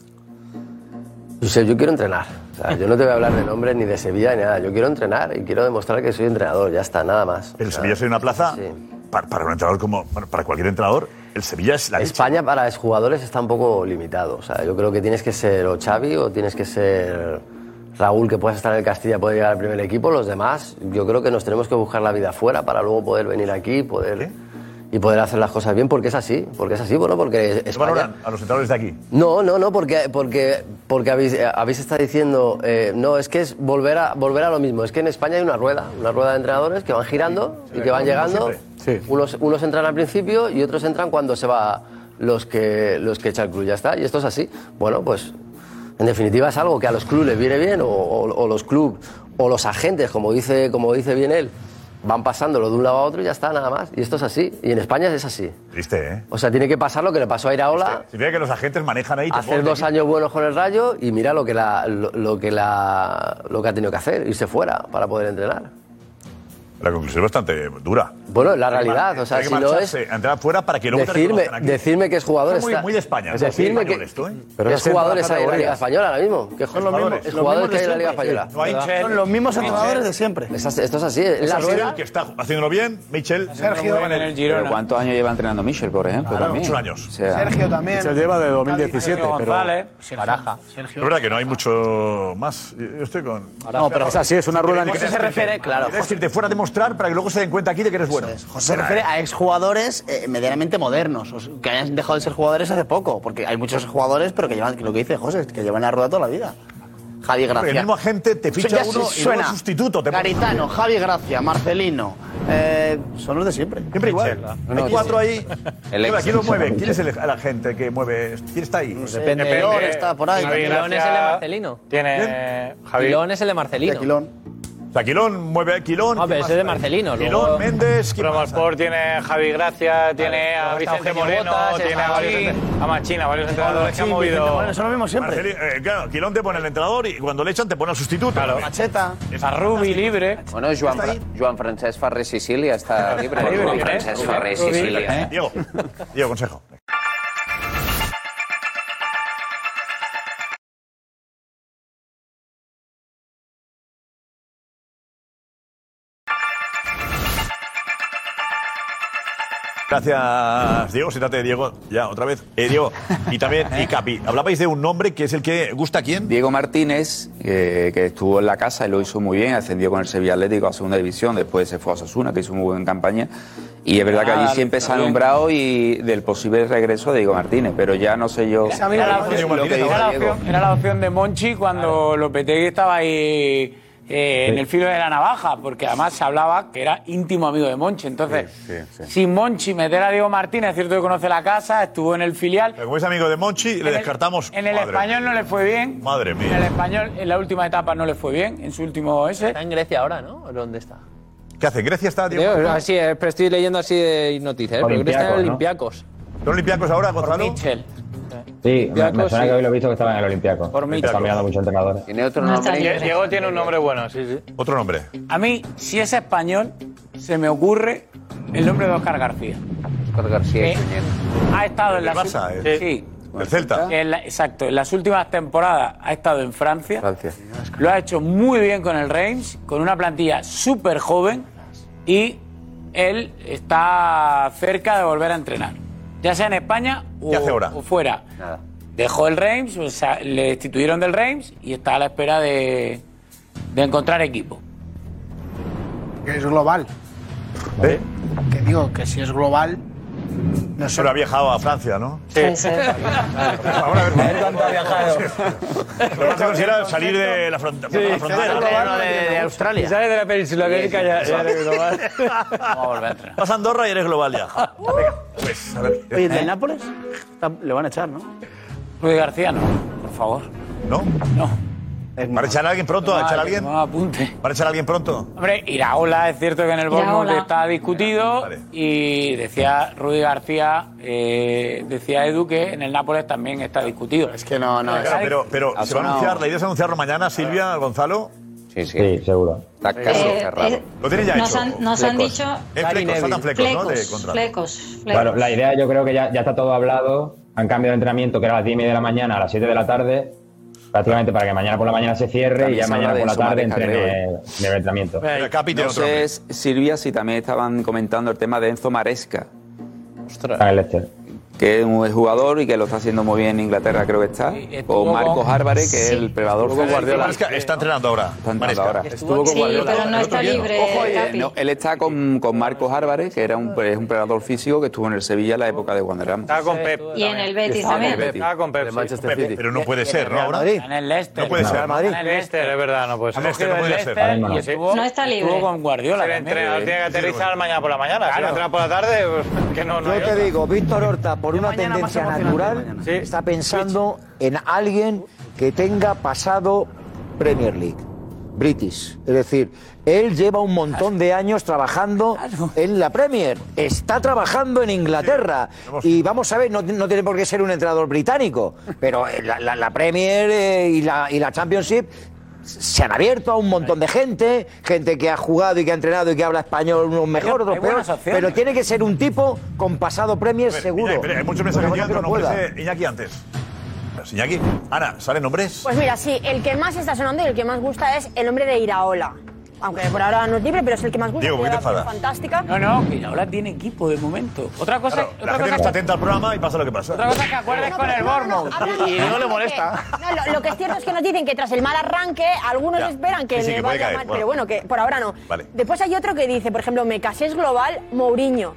[SPEAKER 11] Josep, yo quiero entrenar. O sea, yo no te voy a hablar de nombres ni de Sevilla ni nada. Yo quiero entrenar y quiero demostrar que soy entrenador. Ya está, nada más.
[SPEAKER 3] El Sevilla es una plaza para, para un entrenador como bueno, para cualquier entrenador. El Sevilla es la
[SPEAKER 11] España para los jugadores está un poco limitado. O sea, yo creo que tienes que ser o Xavi o tienes que ser Raúl, que puedas estar en el Castilla, puede llegar al primer equipo. Los demás, yo creo que nos tenemos que buscar la vida fuera para luego poder venir aquí y poder, y poder hacer las cosas bien, porque es así. Porque es así, bueno, porque
[SPEAKER 3] ¿No
[SPEAKER 11] España...
[SPEAKER 3] valoran a los entrenadores de aquí?
[SPEAKER 11] No, no, no, porque, porque, porque habéis, eh, habéis estado diciendo, eh, no, es que es volver a, volver a lo mismo. Es que en España hay una rueda, una rueda de entrenadores que van girando y que van llegando. Unos, unos entran al principio y otros entran cuando se va los que, los que echa el club, ya está. Y esto es así. Bueno, pues en definitiva es algo que a los clubes les viene bien o, o- o los clubes o los agentes, como dice, como dice bien él, van pasándolo de un lado a otro y ya está, nada más. Y esto es así. Y en España es así.
[SPEAKER 3] Triste, ¿eh?
[SPEAKER 11] O sea, tiene que pasar lo que le pasó a Iraola
[SPEAKER 3] Si mira que los agentes manejan ahí. te
[SPEAKER 11] hacer
[SPEAKER 3] ponen
[SPEAKER 11] dos
[SPEAKER 3] aquí.
[SPEAKER 11] años buenos con el Rayo y mira lo que la, lo, lo que la, lo que ha tenido que hacer, irse fuera para poder entrenar.
[SPEAKER 3] La conclusión es bastante Pues dura.
[SPEAKER 11] Bueno, la realidad, o sea,
[SPEAKER 3] Hay que
[SPEAKER 11] si no
[SPEAKER 3] marcharse, Entrar fuera para que luego te
[SPEAKER 11] Decirme,
[SPEAKER 3] reconozcan aquí.
[SPEAKER 11] decirme que es jugador
[SPEAKER 3] Muy-
[SPEAKER 11] está-
[SPEAKER 3] muy de España, ¿no?
[SPEAKER 11] Decirme
[SPEAKER 3] Sí,
[SPEAKER 11] que,
[SPEAKER 3] español esto, ¿eh.
[SPEAKER 11] Pero
[SPEAKER 3] Pero
[SPEAKER 11] es
[SPEAKER 3] es en
[SPEAKER 11] jugadores
[SPEAKER 3] todas
[SPEAKER 11] hay en la Liga
[SPEAKER 3] categorías.
[SPEAKER 11] Española ahora mismo. Que
[SPEAKER 3] Son los mismos-
[SPEAKER 11] jugadores,
[SPEAKER 3] los
[SPEAKER 11] jugadores
[SPEAKER 3] mismos
[SPEAKER 11] que hay en la Liga
[SPEAKER 3] de siempre.
[SPEAKER 11] Española.
[SPEAKER 3] No hay Chen. Son los
[SPEAKER 20] mismos
[SPEAKER 3] No hay
[SPEAKER 20] entrenadores
[SPEAKER 3] Chen.
[SPEAKER 20] de siempre.
[SPEAKER 11] Es, as- esto es así, es
[SPEAKER 3] Es
[SPEAKER 11] la
[SPEAKER 3] el
[SPEAKER 11] rueda.
[SPEAKER 3] que está haciéndolo bien, Michel.
[SPEAKER 2] Sergio, ¿Pero ¿Cuántos años lleva entrenando Michel, por ejemplo?
[SPEAKER 3] Claro,
[SPEAKER 2] también?
[SPEAKER 3] muchos años.
[SPEAKER 2] O sea,
[SPEAKER 10] Sergio también.
[SPEAKER 12] Se lleva de 2017,
[SPEAKER 2] Sergio
[SPEAKER 12] pero.
[SPEAKER 2] González.
[SPEAKER 12] Baraja.
[SPEAKER 3] Es verdad que no hay mucho más. Yo estoy con.
[SPEAKER 12] No, pero- Es así, es una rueda en-
[SPEAKER 3] José se refiere, claro. Es decir, te fuera a demostrar para que luego se den cuenta aquí de que eres bueno.
[SPEAKER 20] Se refiere a exjugadores eh, medianamente modernos, o sea, que hayan dejado de ser jugadores hace poco, porque hay muchos jugadores, pero que llevan, lo que dice José, que llevan la rueda toda la vida. Javi
[SPEAKER 3] Porque
[SPEAKER 20] Gracia.
[SPEAKER 3] el mismo agente te
[SPEAKER 20] Eso
[SPEAKER 3] ficha
[SPEAKER 20] ya
[SPEAKER 3] uno y luego
[SPEAKER 20] suena.
[SPEAKER 3] es sustituto. Te ponen.
[SPEAKER 20] Garitano, Javi Gracia, Marcelino, eh, son los de siempre.
[SPEAKER 3] Siempre igual. Hay cuatro ahí.
[SPEAKER 20] El ex.
[SPEAKER 3] ¿Quién lo mueve? ¿Quién es el, el agente que mueve? esto? ¿Quién está ahí?
[SPEAKER 19] Depende.
[SPEAKER 3] Peor
[SPEAKER 19] Depende. Javi Quilón es el de Marcelino.
[SPEAKER 3] Tiene- Javi.
[SPEAKER 19] Quilón es el de Marcelino.
[SPEAKER 3] O sea, Quilón mueve. Quilón.
[SPEAKER 19] No, pero ese es de Marcelino.
[SPEAKER 3] Quilón, Méndez. ¿quién más?
[SPEAKER 7] Sport tiene a Javi Gracia, tiene a Vicente Moreno, tiene a varios, entre- a Machina, varios entrenadores que han movido.
[SPEAKER 3] Marceli- eh, claro, Quilón te pone el entrenador y cuando le echan te pone al sustituto. Claro.
[SPEAKER 20] Macheta.
[SPEAKER 5] A Rubi
[SPEAKER 20] libre.
[SPEAKER 5] Bueno, Joan, Fra Joan Francesc Ferrer Sicilia está libre. ¿Eh?
[SPEAKER 3] Libre,
[SPEAKER 5] Joan
[SPEAKER 3] ¿eh?
[SPEAKER 5] Francesc Ferrer Sicilia.
[SPEAKER 3] Diego, Diego, consejo. Gracias, Diego. Siéntate, Diego. Ya, otra vez. Eh, Diego, y también, y Capi. Hablabais de un nombre que es el que gusta a quién.
[SPEAKER 2] Diego Martínez, eh, que estuvo en la casa y lo hizo muy bien, ascendió con el Sevilla Atlético a segunda división, después se fue a Osasuna, que hizo muy buena campaña. Y es verdad que
[SPEAKER 19] Ah,
[SPEAKER 2] allí siempre se ha
[SPEAKER 19] también.
[SPEAKER 2] nombrado y del posible regreso de Diego Martínez, pero ya no sé yo
[SPEAKER 18] Era, la
[SPEAKER 2] lo que
[SPEAKER 18] opción,
[SPEAKER 2] dice
[SPEAKER 18] era la
[SPEAKER 3] ¿eh?
[SPEAKER 2] Diego.
[SPEAKER 18] opción- era la opción de Monchi cuando Lopetegui estaba ahí eh, en el filo de la navaja, porque además se hablaba que era íntimo amigo de Monchi. Entonces, sin Monchi meter a Diego Martínez, es cierto que conoce la casa, estuvo en el filial.
[SPEAKER 3] Como es amigo de Monchi, le
[SPEAKER 18] En el-
[SPEAKER 3] descartamos.
[SPEAKER 18] En el
[SPEAKER 3] Madre
[SPEAKER 18] español no le fue bien.
[SPEAKER 3] mía. Madre
[SPEAKER 18] En el
[SPEAKER 3] mía.
[SPEAKER 18] español en la última etapa no le fue bien, en su último ese. Está
[SPEAKER 19] en Grecia ahora, ¿no? ¿Dónde está?
[SPEAKER 3] ¿Qué hace? ¿Grecia está, Diego?
[SPEAKER 19] Creo, así es, pero estoy leyendo así de noticias. ¿eh? Pero creo que está en Olympiacos.
[SPEAKER 3] ¿Son Olympiacos ahora, Gonzalo?
[SPEAKER 19] Mitchell.
[SPEAKER 15] Sí, me, me
[SPEAKER 19] Olympiacos,
[SPEAKER 15] suena
[SPEAKER 19] sí.
[SPEAKER 15] que habéis visto que estaba en el Olympiacos.
[SPEAKER 18] Por
[SPEAKER 15] Está
[SPEAKER 18] Mitchell.
[SPEAKER 15] cambiando mucho entrenador.
[SPEAKER 5] Tiene otro
[SPEAKER 18] No está nombre. libre.
[SPEAKER 7] Diego tiene un nombre bueno, sí, sí.
[SPEAKER 3] Otro nombre.
[SPEAKER 18] A mí, si es español, se me ocurre el nombre de Oscar García.
[SPEAKER 5] Oscar García.
[SPEAKER 18] Eh, Ha estado en
[SPEAKER 5] ¿El
[SPEAKER 18] la
[SPEAKER 5] del Barça,
[SPEAKER 18] Sí.
[SPEAKER 5] el-
[SPEAKER 18] Sí.
[SPEAKER 3] El Celta.
[SPEAKER 18] En la- exacto, en las últimas temporadas ha estado en Francia.
[SPEAKER 11] Francia.
[SPEAKER 18] Lo ha hecho muy bien con el Reims, con una plantilla súper joven y él está cerca de volver a entrenar. Ya sea en España o,
[SPEAKER 3] ¿Qué hace ahora?
[SPEAKER 18] o fuera.
[SPEAKER 5] Nada.
[SPEAKER 18] Dejó el Reims, o sea, le destituyeron del Reims y está a la espera de, de encontrar equipo.
[SPEAKER 10] Que es global.
[SPEAKER 3] ¿Eh?
[SPEAKER 10] Que digo, que si es global. No sé.
[SPEAKER 3] Pero ha viajado a Francia, ¿no?
[SPEAKER 10] Sí, sí.
[SPEAKER 3] Ahora a ver. ¿Cuánto ha viajado? Lo más considera salir de la frontera.
[SPEAKER 19] Sí,
[SPEAKER 3] la frontera.
[SPEAKER 19] Australia. Sale de la península ibérica ya, ya eres global.
[SPEAKER 3] Vas a Andorra y eres global ya. Venga, pues, a ver.
[SPEAKER 20] Oye, ¿el del Nápoles? Está- Le van a echar, ¿no?
[SPEAKER 18] Luis García no, por favor.
[SPEAKER 3] ¿No?
[SPEAKER 18] No.
[SPEAKER 3] ¿Para echar a alguien pronto? ¿A
[SPEAKER 18] No,
[SPEAKER 3] echar a
[SPEAKER 18] que
[SPEAKER 3] alguien?
[SPEAKER 18] No apunte.
[SPEAKER 3] ¿Para echar a alguien pronto?
[SPEAKER 18] Hombre, Iraola es cierto que en el Bournemouth
[SPEAKER 3] Iraola.
[SPEAKER 18] está discutido y decía Rudy García, eh, decía Edu que en el Nápoles también está discutido. Es
[SPEAKER 20] que no,
[SPEAKER 3] Claro, pero, pero se va a anunciar, la idea es anunciarlo mañana, Silvia, Gonzalo.
[SPEAKER 5] Sí, sí.
[SPEAKER 15] Sí, seguro.
[SPEAKER 5] Está
[SPEAKER 16] casi Eh, cerrado. eh,
[SPEAKER 3] Lo tiene ya
[SPEAKER 16] nos
[SPEAKER 3] hecho.
[SPEAKER 16] han- nos han
[SPEAKER 15] Flecos.
[SPEAKER 16] dicho-
[SPEAKER 3] Eh,
[SPEAKER 15] Gary
[SPEAKER 3] flecos, faltan
[SPEAKER 15] Neville.
[SPEAKER 3] flecos, ¿no? De
[SPEAKER 16] Flecos,
[SPEAKER 3] contrato.
[SPEAKER 16] flecos, flecos.
[SPEAKER 15] Claro, la idea yo creo que ya, ya está todo hablado. Han cambiado de entrenamiento que era a las 10 y media de la mañana a las 7 de la tarde. Prácticamente para que mañana por la mañana se cierre
[SPEAKER 2] También
[SPEAKER 15] y ya
[SPEAKER 2] se habla
[SPEAKER 15] mañana
[SPEAKER 2] de
[SPEAKER 15] por la
[SPEAKER 2] Suma
[SPEAKER 15] tarde
[SPEAKER 2] Teja,
[SPEAKER 15] entrene
[SPEAKER 2] creo, ¿eh?
[SPEAKER 15] de entrenamiento.
[SPEAKER 2] Entonces, Silvia, si también estaban comentando el tema de Enzo Maresca.
[SPEAKER 15] Está en el Leicester.
[SPEAKER 2] Que es un buen jugador y que lo está haciendo muy bien en Inglaterra, creo que está. O
[SPEAKER 3] con-
[SPEAKER 2] Marcos Álvarez, que es
[SPEAKER 3] Sí.
[SPEAKER 2] el preparador.
[SPEAKER 3] Estuvo con Guardiola. Maresca
[SPEAKER 2] está entrenando ahora. Está entrenando ahora.
[SPEAKER 16] Sí, pero no está libre.
[SPEAKER 2] Ojo, eh,
[SPEAKER 16] Capi.
[SPEAKER 2] no, él está con, con Marcos Álvarez, que era un, es un preparador físico que estuvo en el Sevilla en la época de Wanderers.
[SPEAKER 7] Estaba con Pep.
[SPEAKER 16] Y en el Betis
[SPEAKER 2] Estaba con
[SPEAKER 16] también.
[SPEAKER 2] el Betis.
[SPEAKER 7] Estaba con Pep. sí.
[SPEAKER 2] Manchester City.
[SPEAKER 3] Pero no puede ser, ¿no? Ahora.
[SPEAKER 7] En el Leicester.
[SPEAKER 3] No puede ser. Real Madrid.
[SPEAKER 7] En el Leicester, es verdad, no puede ser.
[SPEAKER 3] Al Leicester no podría ser.
[SPEAKER 7] Leicester
[SPEAKER 3] Ahora
[SPEAKER 7] y
[SPEAKER 3] mismo
[SPEAKER 7] estuvo-
[SPEAKER 16] No está libre.
[SPEAKER 7] estuvo con Guardiola.
[SPEAKER 16] Se le
[SPEAKER 7] también.
[SPEAKER 16] entrena,
[SPEAKER 7] tiene que aterrizar mañana por la mañana. Si
[SPEAKER 16] Claro.
[SPEAKER 7] lo entrena por la tarde, pues, que no, no hay
[SPEAKER 14] Yo te
[SPEAKER 7] otra.
[SPEAKER 14] digo, Víctor Horta, por una
[SPEAKER 7] mañana más
[SPEAKER 14] tendencia
[SPEAKER 7] emocionante
[SPEAKER 14] natural, está pensando en alguien que tenga pasado Premier League, British. Es decir, él lleva un montón de años trabajando en la Premier, está trabajando en Inglaterra. Y vamos a ver, no, no tiene por qué ser un entrenador británico, pero la, la- la Premier eh, y, la, y la Championship se han abierto a un montón de gente, gente que ha jugado y que ha entrenado y que habla español, unos mejor,
[SPEAKER 3] Hay
[SPEAKER 14] otros peor,
[SPEAKER 3] buenas opciones.
[SPEAKER 14] pero tiene que ser un tipo con pasado Premier seguro.
[SPEAKER 3] Iñaki, espera, hay muchos
[SPEAKER 14] Otra
[SPEAKER 3] mensajes
[SPEAKER 14] cosa que
[SPEAKER 3] llegando.
[SPEAKER 14] no pueda.
[SPEAKER 3] Nombres de Iñaki antes. Iñaki. Ana, ¿salen nombres?
[SPEAKER 4] Pues mira, sí, el que más está sonando y el que más gusta es el hombre de Iraola. Aunque por ahora no es libre, pero es el que más gusta.
[SPEAKER 3] Diego, ¿por qué te
[SPEAKER 4] Tiene una
[SPEAKER 3] enfadas?
[SPEAKER 4] Fantástica.
[SPEAKER 18] No, no, que ahora tiene equipo de momento. Otra cosa,
[SPEAKER 3] Claro, la gente
[SPEAKER 18] otra cosa
[SPEAKER 3] no está
[SPEAKER 18] que-
[SPEAKER 3] atenta al programa y pasa lo que pasa.
[SPEAKER 18] Otra cosa que acuerdes con el Bournemouth.
[SPEAKER 4] hablan- No, lo, lo que es cierto es que nos dicen que tras el mal arranque, algunos
[SPEAKER 3] Ya.
[SPEAKER 4] esperan que
[SPEAKER 3] Sí, sí,
[SPEAKER 4] le
[SPEAKER 3] que puede
[SPEAKER 4] vaya
[SPEAKER 3] caer,
[SPEAKER 4] mal,
[SPEAKER 3] bueno.
[SPEAKER 4] pero bueno, que por ahora no.
[SPEAKER 3] Vale.
[SPEAKER 4] Después hay otro que dice, por ejemplo, me casé es global Mourinho,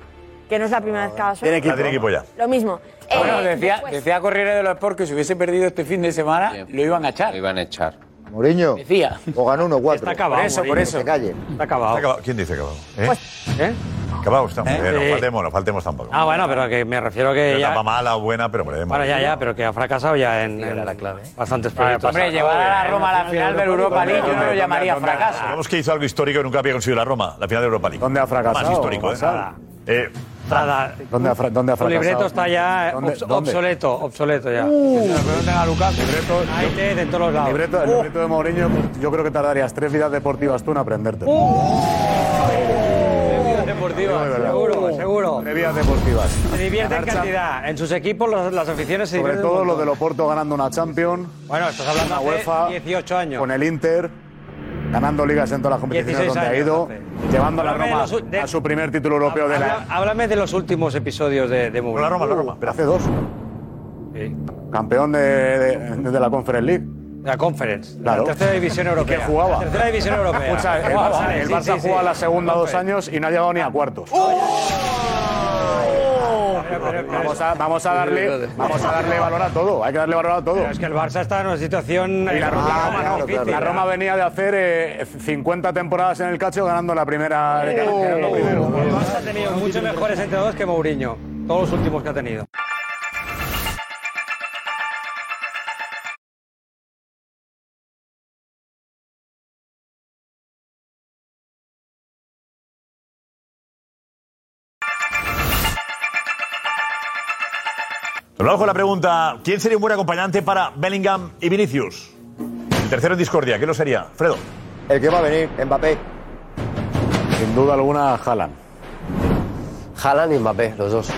[SPEAKER 4] que no es la primera vez que ha sonado.
[SPEAKER 18] equipo. Ah, tiene equipo ya.
[SPEAKER 4] Lo mismo. Eh,
[SPEAKER 18] Bueno, decía,
[SPEAKER 4] después-
[SPEAKER 18] decía Corriere de los Sport que si hubiese perdido este fin de semana, lo iban a echar. Lo iban a echar.
[SPEAKER 14] Mourinho. O ganó 1-4.
[SPEAKER 18] Está acabado, Por eso, por Mourinho, eso. que
[SPEAKER 14] calle.
[SPEAKER 13] Está acabado.
[SPEAKER 3] ¿Quién dice acabado? ¿Eh? Acabado, estamos.
[SPEAKER 13] ¿Eh?
[SPEAKER 3] Eh, no
[SPEAKER 13] Sí.
[SPEAKER 3] faltemos, no faltemos tampoco.
[SPEAKER 13] Ah, bueno, pero que me refiero a que
[SPEAKER 3] Pero
[SPEAKER 13] ya...
[SPEAKER 3] tapa mala o buena, pero hombre,
[SPEAKER 13] Bueno, ya, ya, pero que ha fracasado ya en, en
[SPEAKER 3] pues,
[SPEAKER 13] bastantes proyectos.
[SPEAKER 18] Hombre, llevar a la Roma a la final del eh, Europa League yo no lo llamaría fracaso.
[SPEAKER 3] Digamos que hizo algo histórico que nunca había conseguido la Roma, la final de Europa League.
[SPEAKER 12] ¿Dónde ha fracasado?
[SPEAKER 3] Más histórico, ¿eh?
[SPEAKER 12] Gonzalo?
[SPEAKER 3] Eh,
[SPEAKER 13] Nada.
[SPEAKER 12] ¿Dónde ha, fra- dónde ha
[SPEAKER 13] Tu
[SPEAKER 12] fracasado?
[SPEAKER 13] libreto está ya
[SPEAKER 12] ¿Dónde-
[SPEAKER 13] obs-
[SPEAKER 12] dónde?
[SPEAKER 13] obsoleto, obsoleto ya.
[SPEAKER 12] Uh.
[SPEAKER 13] Que se lo pregunten a Lucas. Hay de, de todos los
[SPEAKER 12] El
[SPEAKER 13] lados. Uh.
[SPEAKER 12] libreto, el libreto de Mourinho, pues yo creo que tardarías tres vidas deportivas tú en aprenderte.
[SPEAKER 13] Uh. Deportiva,
[SPEAKER 12] ¡Uh!
[SPEAKER 13] seguro, seguro.
[SPEAKER 12] Previas deportivas.
[SPEAKER 13] Se divierte en cantidad. En sus equipos, los- las aficiones se
[SPEAKER 12] Sobre
[SPEAKER 13] divierten. un
[SPEAKER 12] todo lo
[SPEAKER 13] montón.
[SPEAKER 12] del Oporto ganando una Champions.
[SPEAKER 13] Bueno, estás hablando
[SPEAKER 12] Una
[SPEAKER 13] hace
[SPEAKER 12] UEFA,
[SPEAKER 13] 18 años.
[SPEAKER 12] Con el Inter, ganando ligas en todas las competiciones
[SPEAKER 13] 16
[SPEAKER 12] donde ha
[SPEAKER 13] años
[SPEAKER 12] ido, llevando a la
[SPEAKER 13] Háblame de
[SPEAKER 12] Roma
[SPEAKER 13] los u- de-
[SPEAKER 12] a su primer título europeo de
[SPEAKER 13] Habla-
[SPEAKER 12] la.
[SPEAKER 13] Háblame de los últimos episodios de, de Mourinho.
[SPEAKER 12] la Roma, la Roma. Pero hace dos. Campeón de, de- de la Conference League.
[SPEAKER 13] La Conference.
[SPEAKER 12] Claro.
[SPEAKER 13] La tercera división europea.
[SPEAKER 12] Que jugaba.
[SPEAKER 13] La tercera división europea.
[SPEAKER 12] Escucha, el
[SPEAKER 13] Jugaba,
[SPEAKER 12] Barça, el
[SPEAKER 13] sí,
[SPEAKER 12] Barça
[SPEAKER 13] sí, sí.
[SPEAKER 12] juega la segunda dos años y no ha llegado ni a cuartos.
[SPEAKER 13] Oh,
[SPEAKER 12] Vamos a, vamos a darle, vamos a darle valor a todo. Hay que darle valor a todo.
[SPEAKER 13] Pero es que el Barça está en una situación.
[SPEAKER 12] Y la, Roma-
[SPEAKER 13] económica
[SPEAKER 12] la Roma no.
[SPEAKER 13] difícil.
[SPEAKER 12] La Roma venía de hacer eh, 50 temporadas en el cacho ganando la
[SPEAKER 13] Oh.
[SPEAKER 12] primera. ganando primero.
[SPEAKER 13] El Barça ha tenido muchos mejores entrenadores que Mourinho. Todos los últimos que ha tenido.
[SPEAKER 3] Nos vamos con la pregunta: ¿quién sería un buen acompañante para Bellingham y Vinicius? El tercero en discordia, ¿qué lo sería? Fredo.
[SPEAKER 12] El que va a venir, Mbappé. Sin duda alguna, Haaland.
[SPEAKER 11] Haaland y Mbappé, los dos.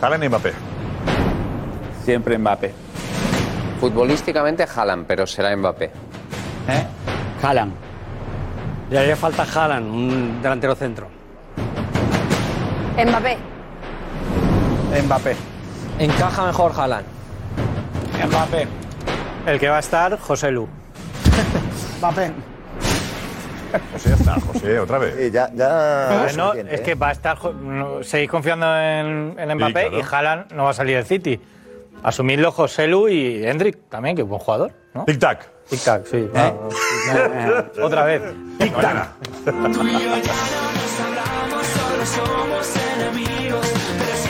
[SPEAKER 3] Haaland y Mbappé.
[SPEAKER 2] Siempre Mbappé.
[SPEAKER 5] Futbolísticamente Jalan, pero será Mbappé.
[SPEAKER 13] ¿Eh? Haaland. Le haría falta Haaland, un delantero centro.
[SPEAKER 4] Mbappé.
[SPEAKER 13] Mbappé.
[SPEAKER 19] Encaja mejor Haaland.
[SPEAKER 13] Mbappé.
[SPEAKER 7] El que va a estar, José Lu.
[SPEAKER 10] Mbappé.
[SPEAKER 3] José, ya está, José, otra vez.
[SPEAKER 14] ya, ya.
[SPEAKER 7] Bueno, es
[SPEAKER 14] ¿eh?
[SPEAKER 7] que va a estar. jo- no, seguís confiando en, en Mbappé
[SPEAKER 3] claro.
[SPEAKER 7] y Jalan no va a salir del City. Asumidlo José Lu y Hendrik también, que buen jugador. ¿no?
[SPEAKER 3] Tic-tac.
[SPEAKER 7] Tic-tac, sí. Ah, Otra vez.
[SPEAKER 3] Tic-tac.
[SPEAKER 17] Tú y yo ya no nos hablamos, solo somos enemigos. Pero